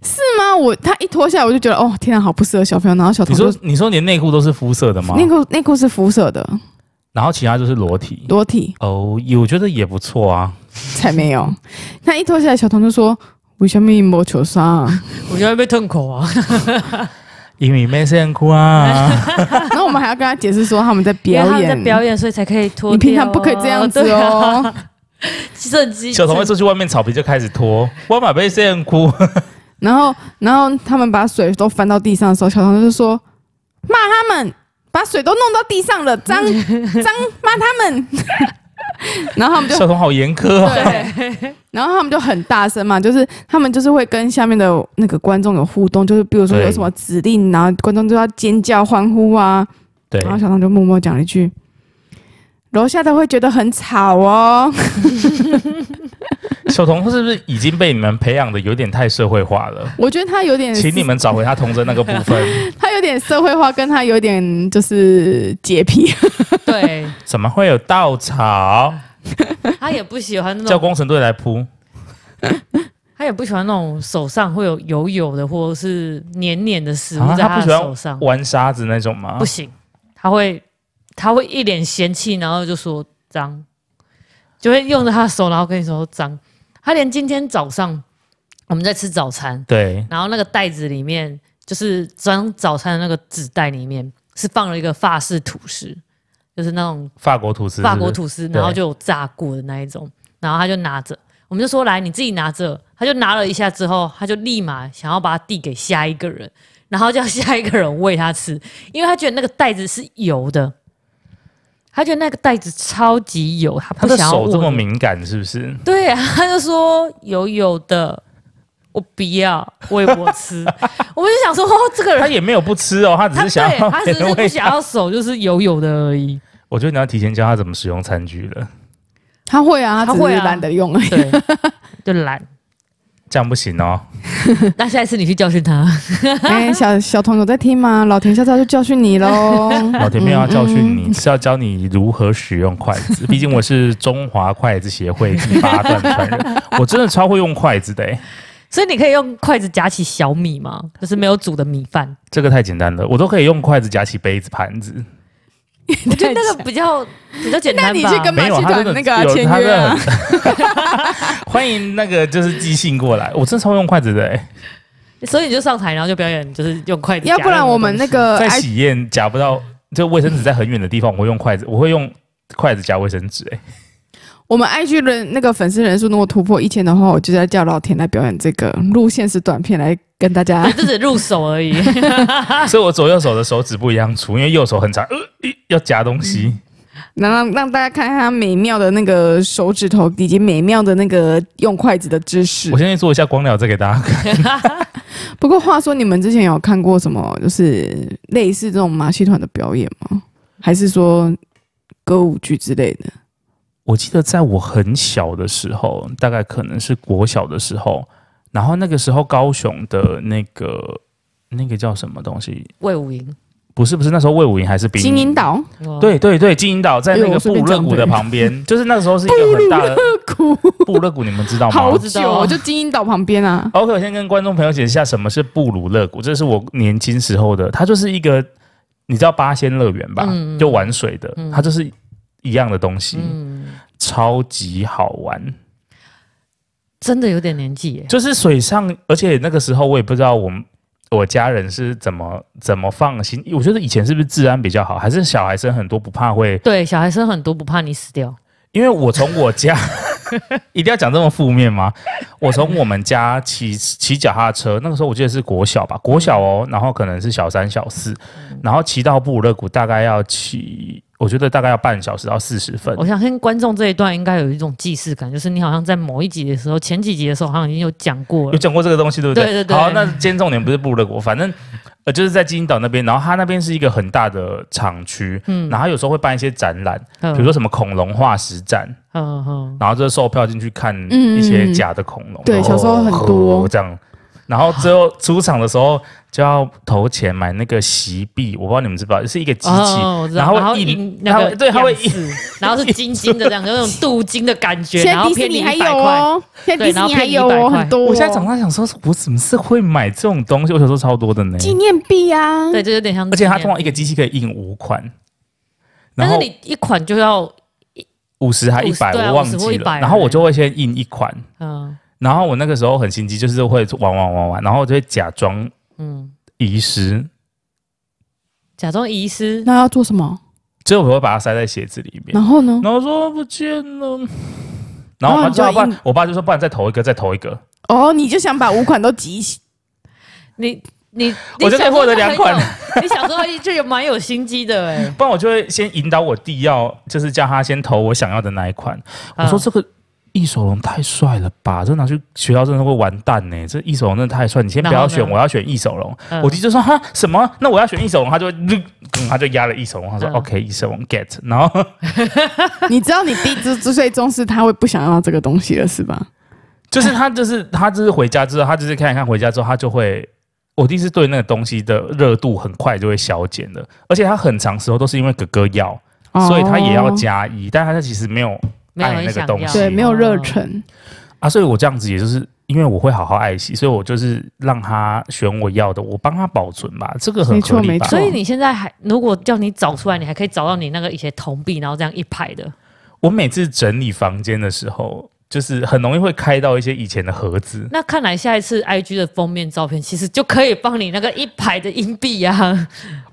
C: 是吗？我他一脱下来我就觉得哦天啊，好不适合小朋友，然后小
A: 你
C: 童
A: 说啊
C: 就
A: 你说连内裤都是肤色的吗？
C: 内裤内裤是肤色的
A: 然后其他就是裸体。
C: 裸体
A: 哦，有我觉得也不错啊。
C: 才没有，他一脱下来小童就说为什么没球衫、
B: 我觉得被吞口啊，
A: 因为没很哭啊，
C: 然后我们还要跟他解释说他们在
B: 因为
C: 表
B: 他们在
C: 演。
B: 表演，所以才可以脱掉哦。
C: 你平常不可以这样子
B: 对啊，
C: 哦。
B: 趁 机
A: 小童会出去外面草皮就开始脱，我马被很哭。
C: 然后，然后他们把水都翻到地上的时候，小唐就说：“骂他们，把水都弄到地上了， 脏脏，骂他们。”然后他们就，
A: 小童好严苛 啊，
B: 对，
C: 然后他们就很大声嘛，就是他们就是会跟下面的那个观众有互动，就是比如说
A: 对
C: 有什么指令，然后观众就要尖叫欢呼啊。
A: 对，
C: 然后小唐就默默讲了一句：“楼下的会觉得很吵哦。”
A: 小童是不是已经被你们培养的有点太社会化了？
C: 我觉得他有点，
A: 请你们找回他童真那个部 分。
C: 他有点社会化，跟他有点就是洁癖。
B: 对，
A: 怎么会有稻草？
B: 他也不喜欢那
A: 叫
B: 种，
A: 工程队来铺。
B: 他也不喜欢那种手上会有油油的或者是黏黏的食物
A: 啊
B: 在
A: 他不
B: 的
A: 喜欢啊
B: 手上，
A: 玩沙子那种吗
B: 不？行，他会他会一脸嫌弃，然后就说脏，就会用着他的手，然后跟你说脏。他连今天早上我们在吃早餐，
A: 对，
B: 然后那个袋子里面就是装早餐的那个纸袋里面是放了一个法式吐司，就是那种
A: 法国吐司是不是，
B: 法国吐司，
A: 对
B: 然后就有炸过的那一种，然后他就拿着，我们就说来你自己拿着，他就拿了一下之后，他就立马想要把它递给下一个人，然后叫下一个人喂他吃，因为他觉得那个袋子是油的，他觉得那个袋子超级油，他
A: 他
B: 不
A: 的
B: 想要
A: 手这么
B: 我，
A: 敏感，是不是？
B: 对啊，他就说油油的。我不要喂我吃， 我们就想说，哦、这个
A: 他
B: 人
A: 也没有不吃哦，他只
B: 他
A: 是想
B: 对
A: 要
B: 他只
A: 别
B: 是
A: 人
B: 不
A: 喂
B: 想要手就是油油的而已。
A: 我觉得你要提前教他怎么使用餐具 了，
C: 他会
B: 他
C: 啊，他只
B: 会
C: 是
B: 啊
C: 懒得用而 已。
B: 对，就懒。
A: 这样不行哦。
B: 那下一次你去教训他。
C: 哎、小小童有在听吗？老田下次要去教训你喽。
A: 老田没有要教训你，是要教你如何使用筷 子。毕竟 我是中华筷子协会第八段传人，我真的超会用筷子的、欸。
B: 所以你可以用筷子夹起小米 吗？就是没有煮的米饭，
A: 这个太简单了，我都可以用筷子夹起杯子、盘子。
B: 我觉得那个比较比较简单
C: 那
B: 吧。
C: 你去跟
A: 没
C: 马
A: 有，
C: 戏
A: 他
C: 团
A: 真的
C: 那个啊
A: 有
C: 签
A: 他真
C: 约
A: 的
C: 啊，
A: 很 欢迎那个就是寄信过来，我真的超会用筷子的、欸，
B: 所以你就上台，然后就表演，就是用筷子夹
C: 要
B: 任何东西。
C: 不然我 们那个
A: 在
C: I
A: 喜宴夹不到，就卫生纸在很远的地方，我会用筷子，我会用筷子夹卫生纸、欸，
C: 我们 IG 的那个粉丝人数如果突破一千的话，我就要叫老田来表演这个路线是短片来跟 大家
B: 对，。这只入手而已。
C: 啊
A: 所以我左右手的手指不一样粗，因为右手很长，呃，一要夹东
C: 嗯
A: 西。
C: 能让让大家看看他美妙的那个手指头，以及美妙的那个用筷子的姿势
A: 我。现在做一下光疗，再给大家看。
C: 不过话说，你们之前有看过什么就是类似这种马戏团的表演吗？还是说歌舞剧之类的？
A: 我记得在我很小的时候，大概可能是国小的时候，然后那个时候高雄的那个那个叫什么东西？
B: 魏武营，
A: 不是不是，那时候魏武营还是兵
C: 金银岛
B: 哦，
A: 对对对，金银岛在那
C: 哎呦
A: 个
C: 我随
A: 布
C: 便
A: 勒
C: 讲
A: 谷的
C: 对
A: 旁边，就是那个时候是一个很大 的
C: 哭，
A: 布勒谷，你们知道
C: 好
A: 吗
B: 知道
C: 久哦，就金银岛旁边啊。
A: ？OK，我先跟观众朋友解释一下什么是布鲁勒谷，这是我年轻时候的，它就是一个你知道八仙乐园吧，
B: 嗯
A: 就玩水的，它就是一样的东西，
B: 嗯，
A: 超级好玩。
B: 真的有点年纪耶。
A: 就是水上，而且那个时候我也不知道我们我家人是怎么怎么放心，我觉得以前是不是治安比较好，还是小孩生很多不怕会
B: 对，小孩生很多不怕你死掉，
A: 因为我从我家 一定要讲这么负面吗？我从我们家骑骑脚踏车，那个时候我记得是国小吧，国小哦，然后可能是小三小四，然后骑到布鲁勒谷大概要骑，我觉得大概要半小时到四十分
B: 我。相信观众这一段应该有一种既视感，就是你好像在某一集的时候，前几集的时候好像已经有讲过
A: 有
B: 了。
A: 讲过这个东西，对不对？
B: 对对对
A: 好，那今天重点不是布鲁勒谷，反正呃就是在金银岛那边，然后它那边是一个很大的厂区，嗯，然后它有时候会办一些展览，
B: 嗯
A: 比如说什么恐龙化石展，
B: 嗯嗯，
A: 然后就是售票进去看
C: 嗯
A: 一些假的恐龙。
C: 对
A: 然后
C: 小时候很多
A: 这样。然后最后出场的时候就要投钱买那个席币，我不知道你们知不知道，是一个机器，
B: 哦，我知道
A: 然后
B: 然后
A: 印
B: 印
A: 它
B: 那
A: 会
B: 个
A: 对它会
B: 样式，然后是金金的这样，有那种镀金的感觉，
C: 现
B: 然
C: 在
B: 后
C: 迪士
B: 骗你
C: 尼还
B: 一
C: 有
B: 百块。
C: 哦，现在迪士尼还有
B: 对然后
C: 哦，
B: 骗你100块
C: 很多哦。
A: 我现在长大想说，我怎么是会买这种东西？我小时候超多的呢，
C: 纪念币啊，
B: 对，，就有点像纪
A: 而
B: 念币。
A: 且它通常一个机器可以印五款，然
B: 但
A: 后
B: 是你一款就要，
A: 五十还一
B: 50
A: 百，
B: 对啊
A: 我忘
B: 50或
A: 记了。
B: 100
A: 然后我就会先印一款，
B: 嗯
A: 然后我那个时候很心机，就是会玩玩玩玩，然后我就会假装
B: 嗯，
A: 遗失，
B: 假装遗失，
C: 那要做什么？
A: 最后我会把它塞在鞋子里面。
C: 然后
B: 嗯
C: 呢？
A: 然后说不见 了。然后我
C: 然后
A: 爸
C: 你
A: 就
C: 就
A: 说，不
C: 硬
A: 然我爸就说，不然再投一个，再投一个。
C: 哦，你就想把五款都集齐，
B: 你你，
A: 我就可以获得两款
B: 你小时候很有。你小时候就有蛮有心机的哎、
A: 不然我就会先引导我弟要，就是叫他先投我想要的那一款。 我说
B: 嗯
A: 这个异手龙太帅了吧，这拿去学校真的会完蛋呢、这异手龙真的太帅，你先不
B: 然
A: 要
B: 后呢
A: 选，我要选异手龙。
B: 嗯
A: 我弟就说哈什么？那我要选异手龙，他就 会、嗯他就压了异手龙，他说、
B: 嗯
A: OK，异手龙 get。然后
C: 你知道你弟之之所以重视他会不想要这个东西了是吧？
A: 就是他就是他就是回家之后，他就是看一看回家之后，他就会，我弟是对那个东西的热度很快就会消减的，而且他很长时候都是因为哥哥要，
C: 哦
A: 所以他也要
C: 讲，
A: 加一，但他其实没有
B: 没有
A: 爱
B: 人
A: 那个
B: 想
A: 东
B: 要
A: 西
C: 对，没有热
B: 哦
C: 忱。
A: 啊，所以我这样子也就是因为我会好好爱惜，所以我就是让他选我要的，我帮他保存吧，这个很
C: 没错
A: 合理
C: 没
A: 吧
C: 错？
B: 所以你现在还，如果叫你找出来，你还可以找到你那个以前铜币，然后这样一排的。
A: 我每次整理房间的时候，就是很容易会开到一些以前的盒子。
B: 那看来下一次 IG 的封面照片，其实就可以帮你那个一排的硬币啊。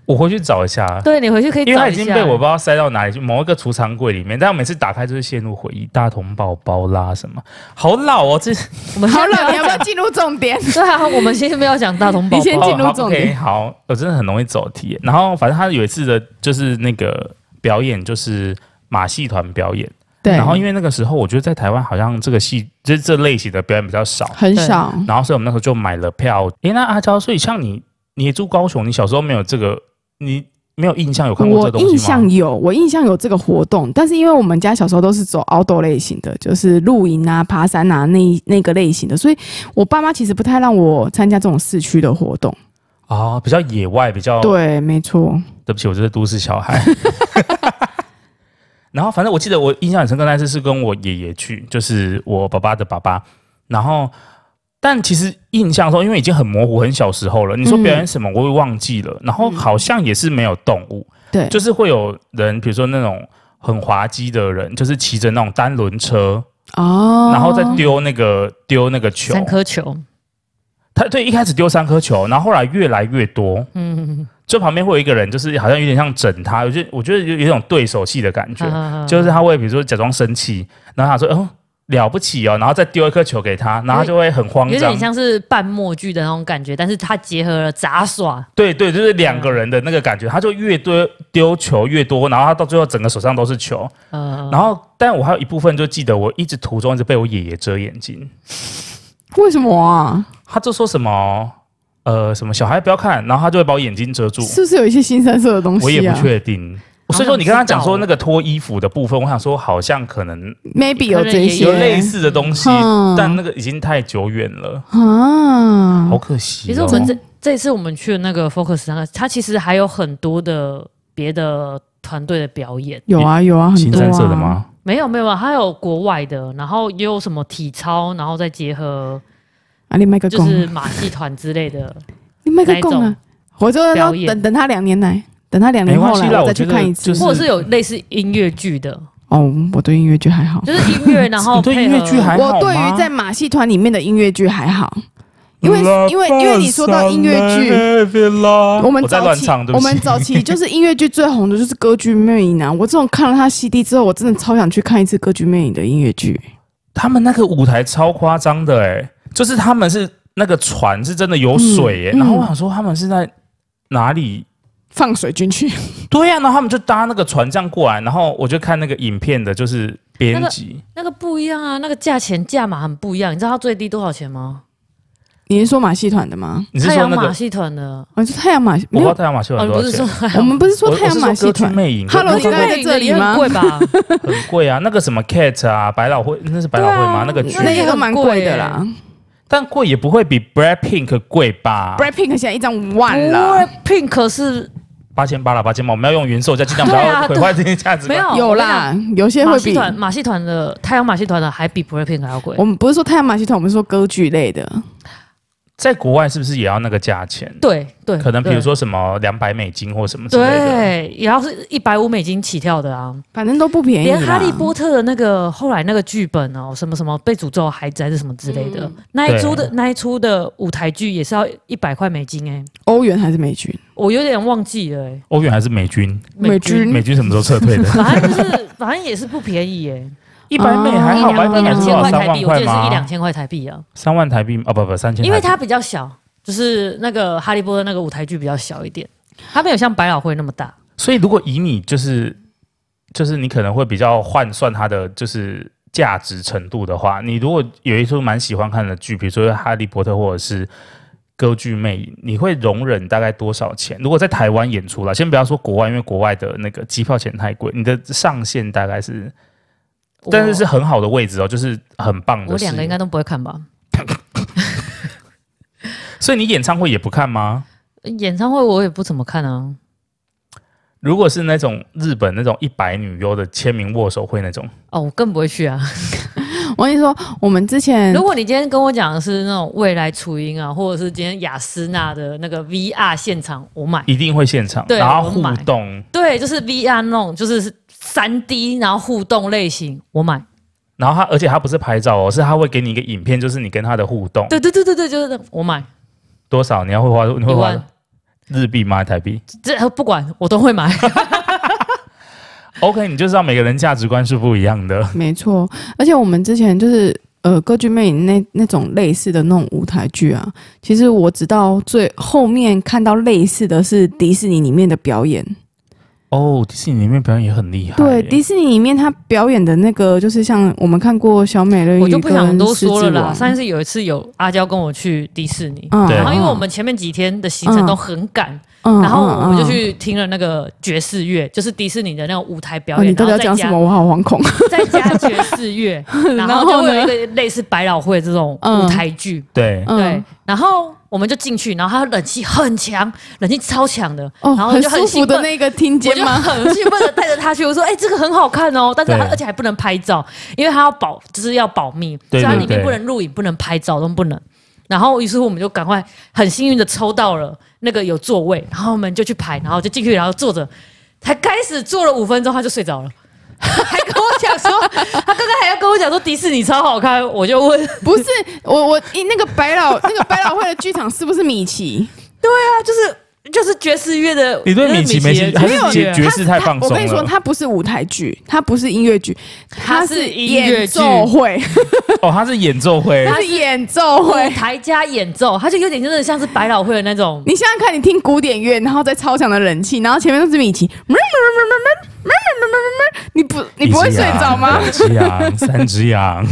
A: 我回去找一下，
B: 对你回去可以找
A: 因
B: 一
A: 为
B: 下。
A: 它已经
C: 欸
A: 被我不知道塞到哪里去，某一个储藏柜里面。但我每次打开就是陷入回忆，大童宝宝啦什么，好老哦，这
B: 我们
C: 好
B: 先
C: 了，
B: 不
C: 你
B: 要
C: 要不要进入重点？
B: 对啊，我们先不要讲大同宝
C: 你先
B: 宝。
C: 进入
A: 哦好
C: 重
A: OK，
C: 点
A: 好，我真的很容易走题。然后反正他有一次的，就是那个表演，就是马戏团表演。
C: 对，
A: 然后因为那个时候，我觉得在台湾好像这个戏，就是这类型的表演比较少。
C: 很少，
A: 然后所以我们那时候就买了票。诶，那阿娇，所以像你，你也住高雄，你小时候没有这个，你没有印象有看过
C: 我
A: 这个东西吗？
C: 印象有，我印象有这个活动，但是因为我们家小时候都是走 outdoor 类型的，就是露营啊、爬山啊那一那个类型的，所以我爸妈其实不太让我参加这种市区的活动。
A: 哦，比较野外，比较
C: 对，没错，
A: 对不起，我就是都市小孩。 然后反正我记得我印象很深刻，那次是跟我爷爷去，就是我爸爸的爸爸。然后但其实印象中，因为已经很模糊，很小时候了。你说表演什么，我会忘记了。然后好像也是没有动物，
C: 对，
A: 就是会有人，比如说那种很滑稽的人，就是骑着那种单轮车，
C: 哦，
A: 然后再丢那个丢那个球。
B: 三颗球，
A: 他对一开始丢三颗球，然后后来越来越多，
B: 嗯，
A: 就旁边会有一个人，就是好像有点像整他，我觉得我觉得有有一种对手戏的感觉。
B: 啊
A: 就是他会比如说假装生气，然后他说：“哦，了不起哦！”然后再丢一颗球给他，然后他就会很慌
B: 有
A: 张
B: 点。像是半默剧的那种感觉，但是它结合了杂耍，
A: 对对，就是两个人的那个感觉，他就越多丢球越多，然后他到最后整个手上都是哦球。
B: 呃，
A: 然后，但我还有一部分就记得，我一直途中一直被我爷爷遮眼睛，
C: 为什么啊？
A: 他就说什么呃什么小孩不要看，然后他就会把我眼睛遮住。
C: 是不是有一些新三色的东西、啊？
A: 我也不确定。所以说，你跟他讲
B: 好
A: 说
B: 像知
A: 那
B: 道
A: 个脱衣服的部分，我想说好像可能
C: maybe 有这些
A: 有类似的东西，
C: 嗯
A: 但那个已经太久远了。
C: 啊，
A: 好可惜、哦。
B: 其实我们这这次我们去的那个 Focus 那个，它其实还有很多的别的团队的表演，
C: 有啊有啊，很
A: 新
C: 多啊。
A: 三色的？吗？
B: 没有没有，它有国外的，然后也有什么体操，然后再结合
C: 啊，你卖个
B: 就
C: 贡，
B: 是马戏团之类的。
C: 你卖个贡
B: 哪一
C: 啊！我就
B: 表
C: 要
B: 演
C: 等等他两年来，等他两年
A: 没关
C: 后
A: 系啦
C: 来我再
A: 我
C: 去
A: 觉得
C: 看一次
A: 就。是
B: 或者是有类似音乐剧的，
C: 哦，我对音乐剧还好，
B: 就是音 乐，然后
A: 你对
B: 配合
A: 音乐剧还好吗
C: 嗯我对于在马戏团里面的音乐剧还好，啊因为因为因为你说到音乐剧。
A: 嗯
C: 我们
A: 啊我在
C: 早
A: 乱
C: 期
A: 唱，对
C: 我
A: 不起。
C: 们早期就是音乐剧最红的就是《歌剧魅影》啊！我这种看了他 CD 之后，我真的超想去看一次《歌剧魅影》的音乐剧。
A: 他们那个舞台超夸张的哎、就是他们是那个船是真的有水哎、
C: 嗯嗯
A: 然后我想说他们是在哪里？
C: 放水 军去，
A: 对啊呀、然后他们就搭那个船这样过来，然后我就看那个影片的，就是编辑，
B: 那个不一样啊，那个价钱价码很不一样。你知道它最低多少钱吗？
C: 你是说马戏团的吗？
A: 你是
B: 太
A: 说
B: 阳
A: 那
B: 马
A: 个？
B: 戏团的，
C: 我说太阳马戏，
A: 我不知
C: 没
A: 道
C: 有，
A: 太阳马戏
B: 哦，
A: 团
B: 你
A: 多
B: 不
A: 少
B: 是说
A: 钱？
C: 我们不是说
A: 我
C: 太阳马戏
A: 我是说歌
C: 团
A: 剧，魅影
C: Hello，
A: 我
C: 你刚才在这里吗
B: 很贵吧？
A: 很贵啊，那个什么 Cat 啊，百老汇那是百老汇吗？
B: 对啊
A: 那个剧，
C: 那也都蛮贵的啦。
A: 但贵也不会比 Brad Pink 贵吧
C: b r a d Pink 现在一张
B: 不
C: 万了
B: 会，，Pink 是
A: 八千八啦，八千八，我们要用云售价，尽量不
B: 对啊
A: 要毁坏这些价值
B: 没
A: 观。
B: 有
C: 有啦，有些
B: 马
C: 会
B: 戏
C: 比
B: 团马戏团的太阳马戏团的还比 Black Pink 还要贵
C: 我。们不是说太阳马戏团，我们是说歌剧类的。
A: 在国外是不是也要那个价钱？
B: 对对，
A: 可能比
B: 对
A: 如说什么两百美金或什么之类的。
B: 对，也要是一百五美金起跳的啊。
C: 反正都不便宜啦。
B: 连哈利波
A: 啊
B: 特的那个后来那个剧本哦，什么什么被诅咒孩子还是什么之类
C: 嗯
B: 的，那一出的那一出的舞台剧也是要一百块美金哎、
C: 欧元还是美军？
B: 我有点忘记了哎、？
A: 欧元还是美军？
C: 美军
A: 美军什么时候撤退的
B: 反正就是反正也是不便宜嗯哎、
A: 一百美还
B: 一
A: 好吧，哦一百美
B: 两一两
A: 是多
B: 千
A: 少
B: 块
A: 三
B: 台
A: 万
B: 币，我
A: 块
B: 记得是一两
A: 吗？
B: 千块台币啊，
A: 三万台币啊，不不，三千台币。
B: 因为它比较小，就是那个哈利波特那个舞台剧比较小一点，它没有像百老汇那么大。
A: 所以如果以你就是就是你可能会比较换算它的就是价值程度的话，你如果有一出蛮喜欢看的剧，比如说《哈利波特》或者是。歌剧魅影，你会容忍大概多少钱？如果在台湾演出了，先不要说国外，因为国外的那个机票钱太贵，你的上限大概是，但是是很好的位置哦，就是很棒
B: 我
A: 的事。
B: 两个应该都不会看吧。
A: 所以你演唱会也不看吗？
B: 演唱会我也不怎么看啊，
A: 如果是那种日本那种一百女优的签名握手会那种，
B: 哦，我更不会 去啊。
C: 我跟你说，我们之前
B: 如果你今天跟我讲的是那种未来雏鹰啊，或者是今天雅诗娜的那个 VR 现场，我买。
A: 一定会现场，
B: 对
A: 然后
B: 我
A: 互
B: 买
A: 动，
B: 对，就是 VR 那种，就是三 D 然后互动类型，我买。
A: 然后他，而且他不是拍照哦，是他会给你一个影片，就是你跟他的互动。
B: 对对对对对，就是那我买
A: 多少你要会花？你
B: 一
A: 会花
B: 万，
A: 日币吗？台币
B: 这呃不管我都会买。
A: ？OK，你就知道每个人价值观是不一样的。
C: 没错，而且我们之前就是呃，歌剧魅影那那种类似的那种舞台剧啊，其实我直到最后面看到类似的是迪士尼里面的表演。
A: 哦，迪士尼里面表演也很厉害耶。
C: 对，迪士尼里面他表演的那个，就是像我们看过小美人鱼，
B: 我就不想多说了啦。上
C: 三
B: 一次有一次有阿娇跟我去迪士尼，
C: 嗯
A: 对
B: 然后因为我们前面几天的行程都很赶，然后
C: 嗯
B: 我们就，去听了那个爵士乐，就是迪士尼的那种舞台
C: 嗯嗯嗯
B: 表
C: 哦
B: 演，
C: 你到底要
B: 然后
C: 讲
B: 再
C: 什
B: 加
C: 么？我好惶恐。
B: 再加爵士 乐，然
C: 然
B: 后
C: 后
B: 就会有
C: 呢
B: 一个类似百老汇这种
C: 嗯
B: 舞台剧。
A: 对，
B: 对
C: 嗯，，
B: 然后我们就进去，然后它冷气很强，冷气超强的，
C: 哦，
B: 然后我就
C: 舒服
B: 兴
C: 的
B: 奋。
C: 那个厅
B: 我
C: 间
B: 就
C: 吗？
B: 很兴奋的带着他去，我说：“哎、这个很好看 哦，但是它
A: 对
B: 而且还不能拍照，因为他要保，就是要保密，
A: 对
B: 所以它
A: 对
B: 里面
A: 对
B: 不能录影、不能拍照都不能。”然后于是乎我们就赶快很幸运的抽到了那个有座位，然后我们就去排，然后就进去，然后坐着，才开始坐了五分钟他就睡着了。 还跟我讲说，他刚刚还要跟我讲说迪士尼超好看，我 就问，
C: 不是我我一那个百老那个百老汇的剧场是不是米奇？
B: 他就是就是爵士乐的，
A: 啊你对米奇没兴趣，还
B: 没
A: 是
B: 有
A: 爵
B: 觉
A: 爵士太放
C: 我
A: 松
C: 跟你说，
A: 了？
C: 它不是舞台剧，它不是音乐剧，
B: 它是音乐
C: 演
B: 剧
C: 奏会，
A: 哦，他是演奏会，
C: 它是演奏
B: 舞
C: 会。
B: 台加演奏，他就有点真的像是百老汇的那种，
C: 你想想看，你听古典乐，然后在超强的冷气，然后前面都是米奇，你不 你不会睡
A: 啊
C: 着吗？
A: 一只羊？两只羊，三只羊，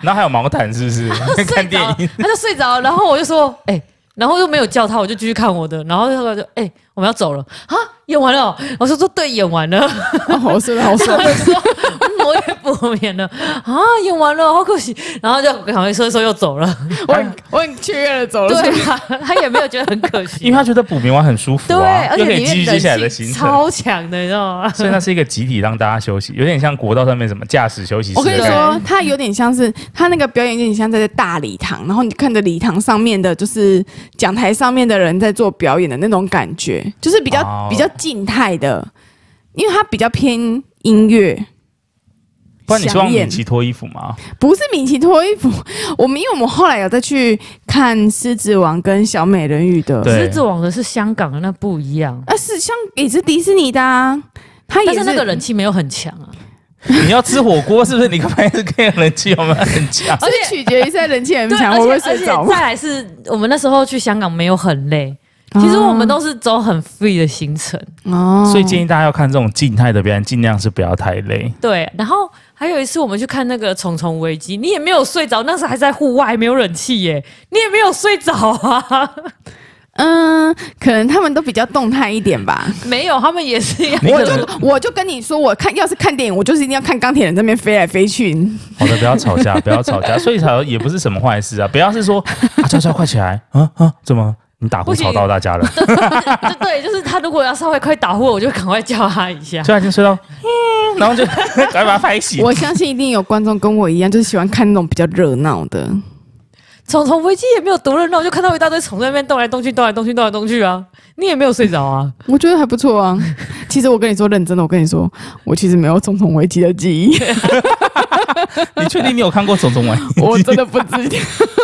A: 然后还有毛毯，是不 是？
B: 睡
A: 看电
B: 着了
A: 影，
B: 他就睡着了，然后我就说，哎、然后又没有叫他，我就继续看我的，然后他就，哎、我们要走了啊，演完了哦，我说说对，演完了，
C: 哦好睡 好睡
B: 他。就说嗯我也不眠了啊，演完了，好可惜，然后就赶快说一说又走了，
C: 我很我很雀跃的走了，
B: 对啊，他也没有觉得很可惜，
A: 因为他觉得补眠完很舒服
B: 对，
A: 啊，
B: 而
A: 又
B: 且
A: 可
B: 里
A: 以
B: 面
A: 积积起来的
B: 人
A: 行
B: 性
A: 程，
B: 超强的，你知道吗？
A: 所以它是一个集体让大家休息，有点像国道上面什么驾驶休息室
C: 我跟你
A: 的概念。
C: 说，它有点像是它那个表演，有点像在大礼堂，然后你看着礼堂上面的，就是讲台上面的人在做表演的那种感觉，就是比较、
A: 哦
C: 比较静态的，因为它比较偏音乐，
A: 不然你希望
C: 想
A: 米
C: 演
A: 奇脱衣服吗？
C: 不是米奇脱衣服。我们因为我们后来有再去看《狮子王》跟《小美人鱼》的，
A: 对
B: 狮子王的是香港的，那不一样，
C: 啊是像也是迪士尼的、啊，它也
B: 但是那个人气没有很强啊。
A: 你要吃火锅是不是？你可能是跟人气有没有很 强？
C: 而且取决于在人气很
B: 对，
C: 强，
B: 而
C: 我
B: 且
C: 会
B: 而
C: 睡
B: 且
C: 着吗
B: 再？来是我们那时候去香港没有很累，其实我们都是走很 free 的行程。
C: 哦，
A: 所以 建议大家要看这种静态的表演，尽量是不要太累。
B: 对，然后还有一次我们去看那个《虫虫危机》，你也没有睡着，那时候还在户外，没有冷气耶，你也没有睡着啊。
C: 嗯，可能他们都比较动态一点吧。
B: 没有，他们也是一样。
A: 你可能
C: 我就跟你说，我看要是看电影，我就是一定要看钢铁人这边飞来飞去。
A: 好的，不要吵架，不要吵 架，所以吵也不是什么坏事啊。不要是说啊，悄悄快起来啊啊，怎么你打呼
B: 不行
A: 吵到大家 了？
B: 就对，就是他如果要稍微快打呼，我就赶快叫他一下。
A: 虽然已经 睡到，嗯然后就赶快把它拍醒。
C: 我相信一定有观众跟我一样，就是喜欢看那种比较热闹的。
B: 虫虫危机也没有多热闹，就看到一大堆虫在那边动来动去，动来动去，动来动去啊！你也没有睡着啊，
C: 我觉得还不错啊。其实我跟你说，认真的，我跟你说，我其实没有重重危机的记 忆，
A: 你确定你有看过《虫虫玩》？
C: 我真的不记 得，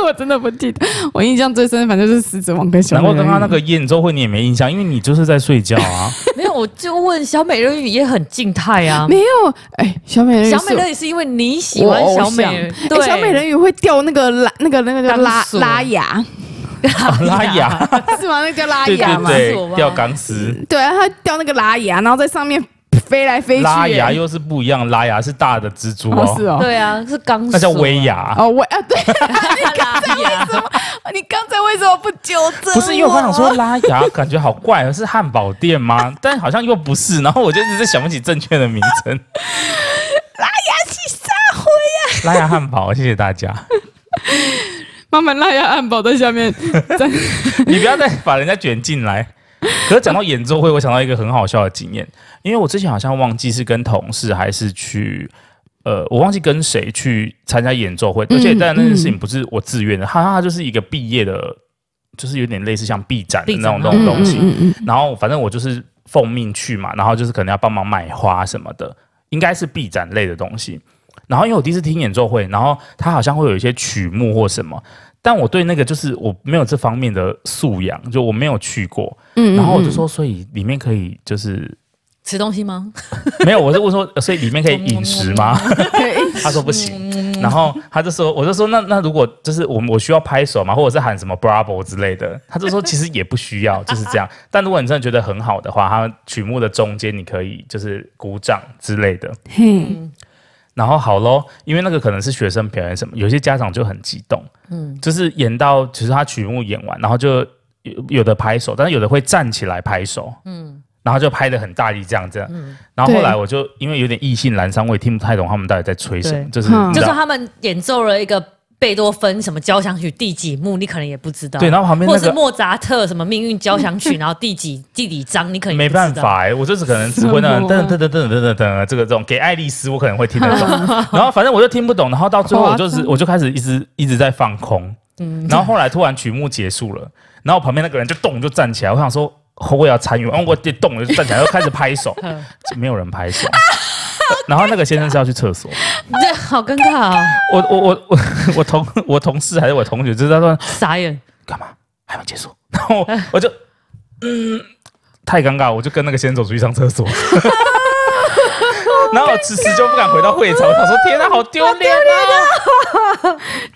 C: 我真的不记得。我印象最深，反正就是狮子王跟小
A: 难
C: 美
A: 怪
C: 人鱼。
A: 刚刚那个演奏会你也没印象，因为你就是在睡觉 啊。
B: 没有，我就问小美人鱼也很静态啊。
C: 没有，哎、小美人鱼是
B: 小美人鱼是因为你喜欢
C: 我
B: 小
C: 偶
B: 美
C: 像
B: 人鱼，
C: 哎小美人鱼会掉那个拉那个那个叫拉
B: 钢索
C: 拉牙
A: 拉雅，
C: 是吗？那个叫拉
A: 对
C: 牙
A: 对
C: 嘛。
B: 锁
A: 对，
B: 吧
A: 吊钢丝。
C: 对啊，它掉那个拉牙，然后在上面飞来飞去、
A: 拉牙
C: 欸
A: 啊又是不一样，拉牙是大的蜘蛛
C: 哦，是
A: 哦，
C: 哦，
B: 对啊，是钢
A: 那叫
B: 索
A: 威
B: 啊，
A: 亚。
C: 哦，我啊， 对，
B: 拉雅
C: 你刚才为什么不纠正？
A: 不是，因为我刚想说，拉 牙感觉好怪，是汉堡店吗？但好像又不是，然后我就一直想不起正确的名称。
B: 啊
A: 拉牙汉堡，谢谢大家。
C: 妈妈拉下汉堡在下面，
A: 你不要再把人家卷进来。可是讲到演奏会，我想到一个很好笑的经验，因为我之前好像忘记是跟同事还是去，呃，我忘记跟谁去参加演奏
B: 嗯
A: 会，而且但那件事情不是我自愿的，它它就是一个毕业的，就是有点类似像毕展的那种
B: 毕
A: 那
B: 展
A: 种
B: 嗯
A: 东西。
C: 嗯嗯，
A: 然后反正我就是奉命去嘛，然后就是可能要帮忙买花什么的，应该是臂展类的东西。然后因为我第一次听演奏会，然后它好像会有一些曲目或什么，但我对那个就是我没有这方面的素养，就我没有去过。
C: 嗯
A: 然后我就说，所以里面可以就是
B: 吃东西吗？
A: 没有，我是问说，呃所以里面可 以饮食吗？他说不行，然后他就说，我就说那那如果就是我我需要拍手嘛，或者是喊什么 bravo 之类的，他就说其实也不需要，就是这样。但如果你真的觉得很好的话，他曲目的中间你可以就是鼓掌之类的。
C: 嘿，
A: 然后好咯，因为那个可能是学生表演什么，有些家长就很激动，嗯，就是演到其实他曲目演完，然后就有有的拍手，但是有的会站起来拍手，嗯，然后就拍的很大力这样这样，然后后来我就因为有点意兴阑珊，我也听不太懂他们到底在吹什么，
B: 对
A: 就是
C: 嗯
A: 你知
B: 就是
A: 道
B: 他们演奏了一个贝多芬什么交响曲第几幕，你可能也不知道。
A: 对，然后旁边
B: 或
A: 那
B: 是
A: 个
B: 莫扎特什么命运交 响曲，然后第几第几章，你可能也
A: 没
B: 不知道
A: 办。法哎、我就是可能只会那种
C: 什
A: 噔
C: 么
A: 噔噔噔噔噔噔这个这种给爱丽丝， 我可能会听得懂，然后反正我就听不懂，然后到最后我就是我就开始一直一直在放空，
B: 嗯，
A: 然后后来突然曲目结束了，然后我旁边那个人就动就站起来，我想说后我也要参与，然后我也动了就站起来，又开始拍 手，
B: 嗯
A: 就没有人拍手。然后那个先生是要去厕所，
B: 这好尴尬啊，
A: 我我我 我我同我同事还是我同学，就是他说
B: 傻眼，
A: 干嘛还没结束， 然后我我就嗯太尴尬，我就跟那个先生走出去上厕所， 然后我迟迟就不敢回到会场，我想说天哪，好丢脸啊！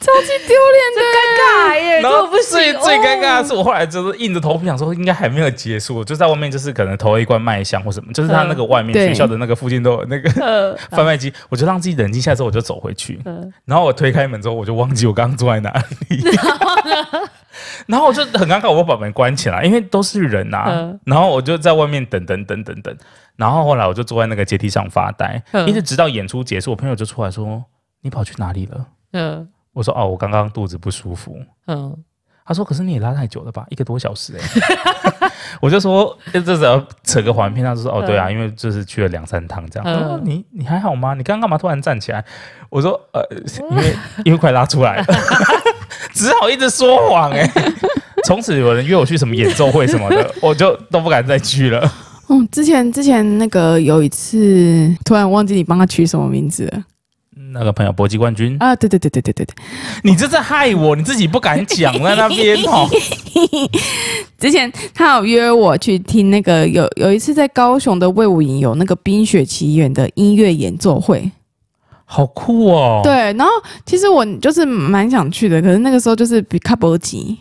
C: 超级丢脸的，尴尬欸耶
A: 然后最最尴尬的是，我后来就是硬着头皮想说，应该还没有结束，就在外面就是可能投一罐麦香或什么，就是他那个外面
C: 嗯对
A: 学校的那个附近都有那个
B: 呃
A: 贩卖机，我就让自己冷静下来之后，我就走回去
B: 嗯，
A: 然后我推开门之后，我就忘记我刚刚坐在哪 里， 然后我就很尴尬，我把门关起来，因为都是人啊
B: 嗯，
A: 然后我就在外面等等等等等，然后后来我就坐在那个阶梯上发呆，
B: 嗯
A: 一直直到演出结束，我朋友就出来说：“你跑去哪里了
B: 嗯？”
A: 我说：“哦，我刚刚肚子不舒服。”
B: 嗯，
A: 他说：“可是你也拉太久了吧，一个多小时哎、 我就说：“欸这只要扯个环片。”他就说：“哦，对啊，因为就是去了两三趟这样。
B: 嗯
A: 我说你你还好吗？你刚刚干嘛突然站起来？”我说：“呃，因 为因为快拉出来了， 只好一直说谎哎、从此有人约我去什么演奏会什么的，我就都不敢再去了。
C: 嗯，之前之前那个有一次，突然忘记你帮他取什么名字了
A: 那个朋友搏击冠军，
C: 啊？对对对对对对 对，
A: 你这在害我，你自己不敢讲在那边哦。
C: 之前他有约我去听那个有有一次在高雄的魏武营有那个《冰雪奇缘》的音乐演奏会，
A: 好酷哦！
C: 对，然后其实我就是蛮想去的，可是那个时候就是比卡博吉，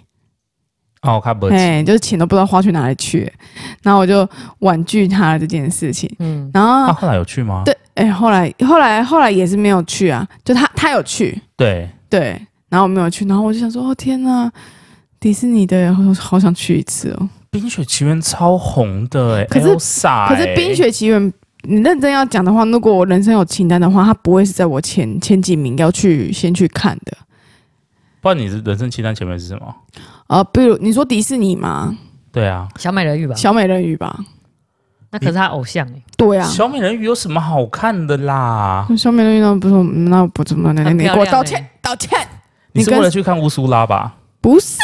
A: 哦，看不起，
C: 哎，就是钱都不知道花去哪里去，然后我就婉拒他这件事情，
B: 嗯，
C: 然后、
A: 他啊后来有去吗？
C: 对，哎、后来后来后来也是没有去啊，就他他有去，
A: 对，
C: 对，然后我没有去，然后我就想说，哦天呐，迪士尼的好好想去一次哦。
A: 《冰雪奇缘》超红的哎、欸，
C: 可是
A: Elsa 欸
C: 可是《冰雪奇缘》，你认真要讲的话，如果我人生有清单的话，它不会是在我前前几名要去先去看的。
A: 不然你的人生清单前面是什么？
C: 呃，比如你说迪士尼嘛，
A: 对啊，
B: 小美人鱼吧，
C: 小美人鱼吧，
B: 那可是他偶 像欸
C: 对啊，嗯
A: 小美人鱼有什么好看的啦？
C: 小美人鱼那不是我们那不怎么那那
B: 很
C: 那
B: 漂
C: 给我
B: 亮
C: 道
B: 欸
C: 歉道歉，
A: 你
C: 你
A: 是
C: 跟
A: 为了去看乌苏拉吧？
C: 不是。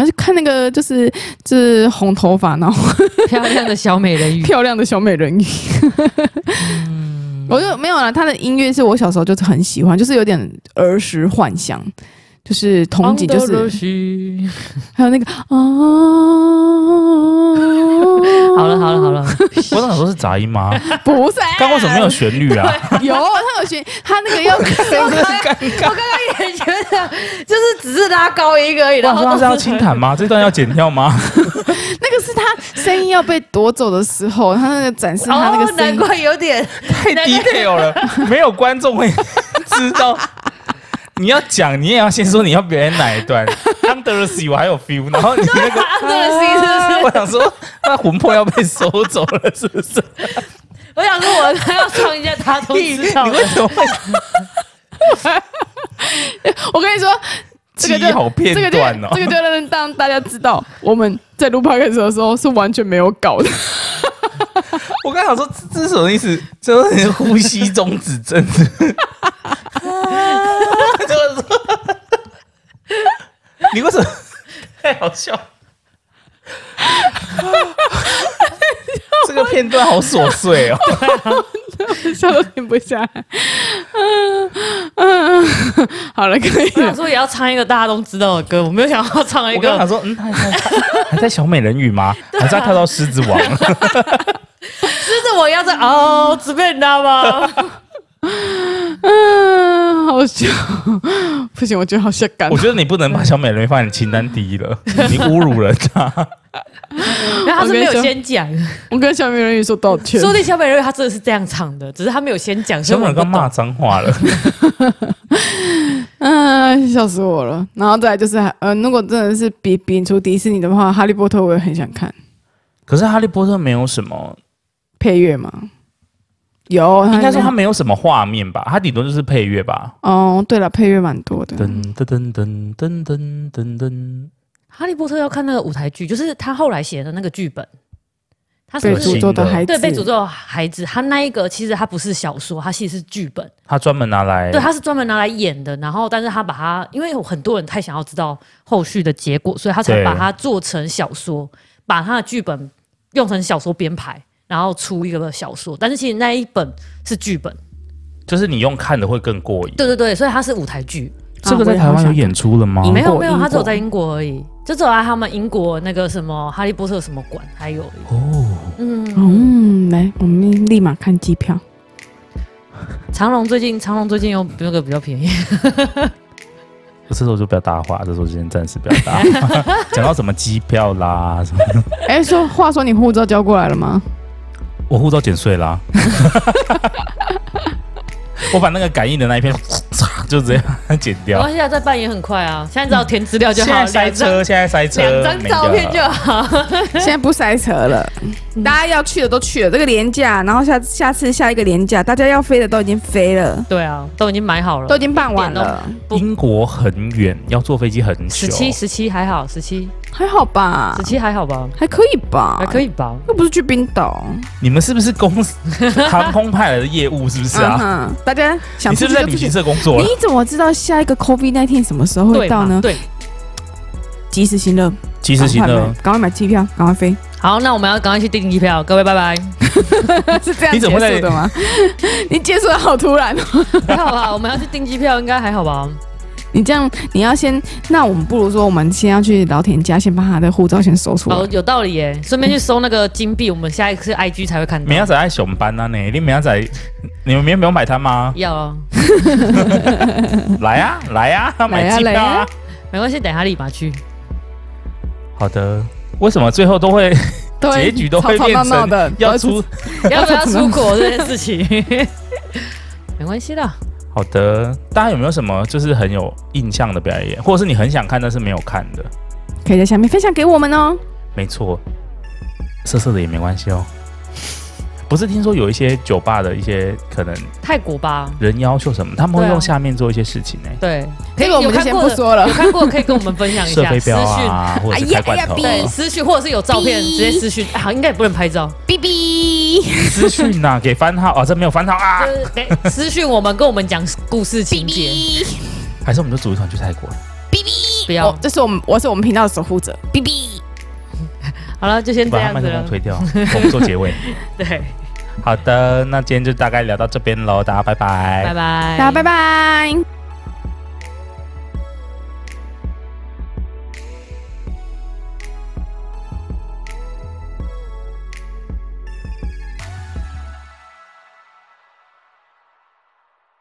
C: 而且看那个就是就是红头发，然后
B: 漂亮的小美人鱼，
C: 漂亮的小美人鱼。
A: 嗯
C: 我就没有了。他的音乐是我小时候就是很喜欢，就是有点儿时幻想，就是憧憬，就
B: Under the
C: 是
B: sea。
C: 还有那个啊 哦
B: 好了好了好，了，
A: 我那时候是杂音吗？
C: 啊不是、哎
A: 刚刚为什么没有旋 律啊？
C: 有？他有学他那个要
A: 真是尴尬。
B: 也觉得就是只是拉高一个 而已，
A: 我想说他是要轻弹吗？这段要剪掉吗？
C: 那个是他声音要被夺走的时候，他那个展 示他那个声音。
B: 哦有点
A: 太 detail 了，没有观众会知道。你要讲，你也要先说你要表演哪一 段。Under the sea 我还有 feel，然后你那个
B: Under the sea 是不 是
A: 我想说，那魂魄要被收走了，是不是？
B: 我想说，我还要唱一下，他都知道
A: 你。为什么会
C: 我跟你说， 这个
A: 记忆好
C: 就
A: 片
C: 这个就
A: 段哦？
C: 这个就让让大家知道，我们在录 podcast 的时候是完全没有搞的。
A: 我刚想说这这是什么意思？就是 呼吸中止 症。就是说，你为什么 太好笑了？ 这个片段好琐碎哦。
C: 笑都停不下来。嗯嗯，好了，可以
B: 我
C: 了
B: 想。说也要唱一个大家都知道的歌，我没有想要唱一
A: 我刚想
B: 个
A: 说，嗯，还在还在小美人鱼 吗？
C: 啊
A: 还是要跳到狮子王？
B: 狮子王要在哦，姊妹你知道 吗？
C: 嗯，好笑，不行，我觉得好下感
A: 我。觉得你不能把小美人鱼放在你清单第一了，你侮辱了她。
B: 然后他是没
C: 我跟你
B: 有
C: 说
B: 先讲，
C: 我跟小美人鱼说道歉。
B: 说不定小美人鱼她真的是这样唱的，只是她没有先讲，所
A: 小
B: 以
A: 美
B: 我
A: 人
B: 们
A: 鱼刚
B: 不懂
A: 骂脏话了。
C: 嗯，笑死我了。然后再来就是，呃，如果真的是比比出迪士尼的话，《哈利波特》我也很想看
A: 可是哈利波特没有什么
C: 配乐吗？有，
B: 哎
A: 应该说它没有什么画面吧，它顶多就是配乐吧。
C: 哦，对了，配乐蛮多的。
B: 嗯
A: 噔噔噔噔噔噔噔噔，
B: 哈利波特要看那个舞台剧，就是他后来写的那个剧本，他是
C: 被
B: 不
C: 诅
B: 是
C: 咒的孩子，
B: 对被诅咒的孩子？他那一个其实他不是小说，他其实是剧本，
A: 他专门拿来
B: 对，他是专门拿来演的。然后，但是他把它，因为有很多人太想要知道后续的结果，所以他才
A: 对
B: 把它做成小说，把他的剧本用成小说编排，然后出一个小说。但是其实那一本是剧本，
A: 就是你用看的会更过瘾。
B: 对对对，所以它是舞台剧。
A: 这个在台湾有演出了吗？
C: 啊我也好想看
B: 没有没
C: 英
B: 有，
C: 国
B: 他只有在英国而已，就只有啊在他们英国那个什么《哈利波特》什么馆还有。
A: 哦，
B: 嗯，
C: 嗯，来，我们立马看机 票。
B: 长隆最近长隆最近有那个比较便宜，
A: 这时候就不要搭话，这时候先暂时不 要搭话。讲到什么机票啦，什么
C: 哎、说话说你护照交过来 了吗？
A: 我护照减税啦。 我把那个感应的那一片 就直接剪
B: 没
A: 掉
B: 关。系啊，再办也很快啊。现在只要填资料就
A: 现
B: 好了，
A: 在塞车，现在塞车，
B: 两张，两张照片就好。
C: 现在不塞车了，
B: 嗯
C: 大家要去的都去了，这个廉价，然后下下次下一个廉价，大家要飞的都已经飞了，
B: 对啊，都已经买好了，
C: 都已经办完了，
A: 没有英国很远，要坐飞机很久。
B: 十七啊十七还好，十七
C: 还好吧
B: 十？七还好吧，
C: 还可以吧？
B: 还可以吧。
C: 又不是去冰岛，
A: 你们是不是公司航空派来的业务？是不是啊？
C: 嗯哼，大家想
A: 你
C: 出
A: 是不是在旅
C: 去就出去
A: 行。社工作
C: 你
A: 了？
C: 怎么知道下一个 COVID 1 9什么时候会
B: 对
C: 到
B: 嘛
C: 呢？
B: 对，
C: 及时行乐，
A: 及时行
C: 赶快
A: 乐
C: 买，赶快买机票，赶快飞，
B: 好，那我们要赶快去订机票，各位拜拜。
C: 是这样
A: 你
C: 结
A: 怎么会
C: 束的吗？ 你结束的好突然哦。
B: 还好吧， 我们要去订机票，应该还好吧？
C: 你这样，你要先，那我们不如说，我们先要去老田家，先把他的护照先搜出来
B: 好，。哦有道理耶。顺便去收那个金币，我们下一次 IG 才会看到
A: 明。仔载爱熊班啊呢？你明仔载你们明天不用摆摊吗？
B: 要啊，
A: 来啊，来啊，买机
C: 嗯来
A: 票
C: 啊
A: 啊！
B: 没关系，等一下立马去。
A: 好的，为什么最后都会结局都会
C: 吵吵闹
A: 变
C: 闹的
A: 成，要出？
B: 要不要出 国这件事情，没关系啦。
A: 好的，大家有没有什么就是很有印象的表演，或者是你很想看但是没有看的？
C: 可以在下面分享给我们哦。
A: 没错，色色的也没关系哦。不是听说有一些酒吧的一些可能
B: 泰国吧，
A: 人妖秀什么，他们会
B: 对啊
A: 用下面做一些事情呢、
B: 对，可
C: 这
B: 以
C: 个我们
B: 有
C: 就
B: 看
C: 先
B: 过
C: 不
B: 的
C: 说了
B: 有。看过的可以跟我们分享一
A: 射
B: 下
A: 飞镖
B: 私讯。哎
A: 啊，或者是开罐头、
B: 对，私讯或者是有照片，直
C: 哔
B: 接私讯。啊好，应该也不能拍照，
C: 哔哔，
A: 私讯呐、给番号啊，这没有番号啊，
B: 就是给私讯我们，跟我们讲故事情节。
A: 还是我们就组一团去泰国。
B: 不要
C: 我，哦这是我们，我是我们频道的守护者。哔哔，
B: 好了，就先这
A: 把他
B: 样
A: 麦
B: 子
A: 克风哎
B: 了。
A: 推掉，我们做结尾。
B: 对，
A: 好的，那今天就大概聊到这边喽，大家拜拜，
C: 哎
B: 拜拜，
C: 大家拜拜。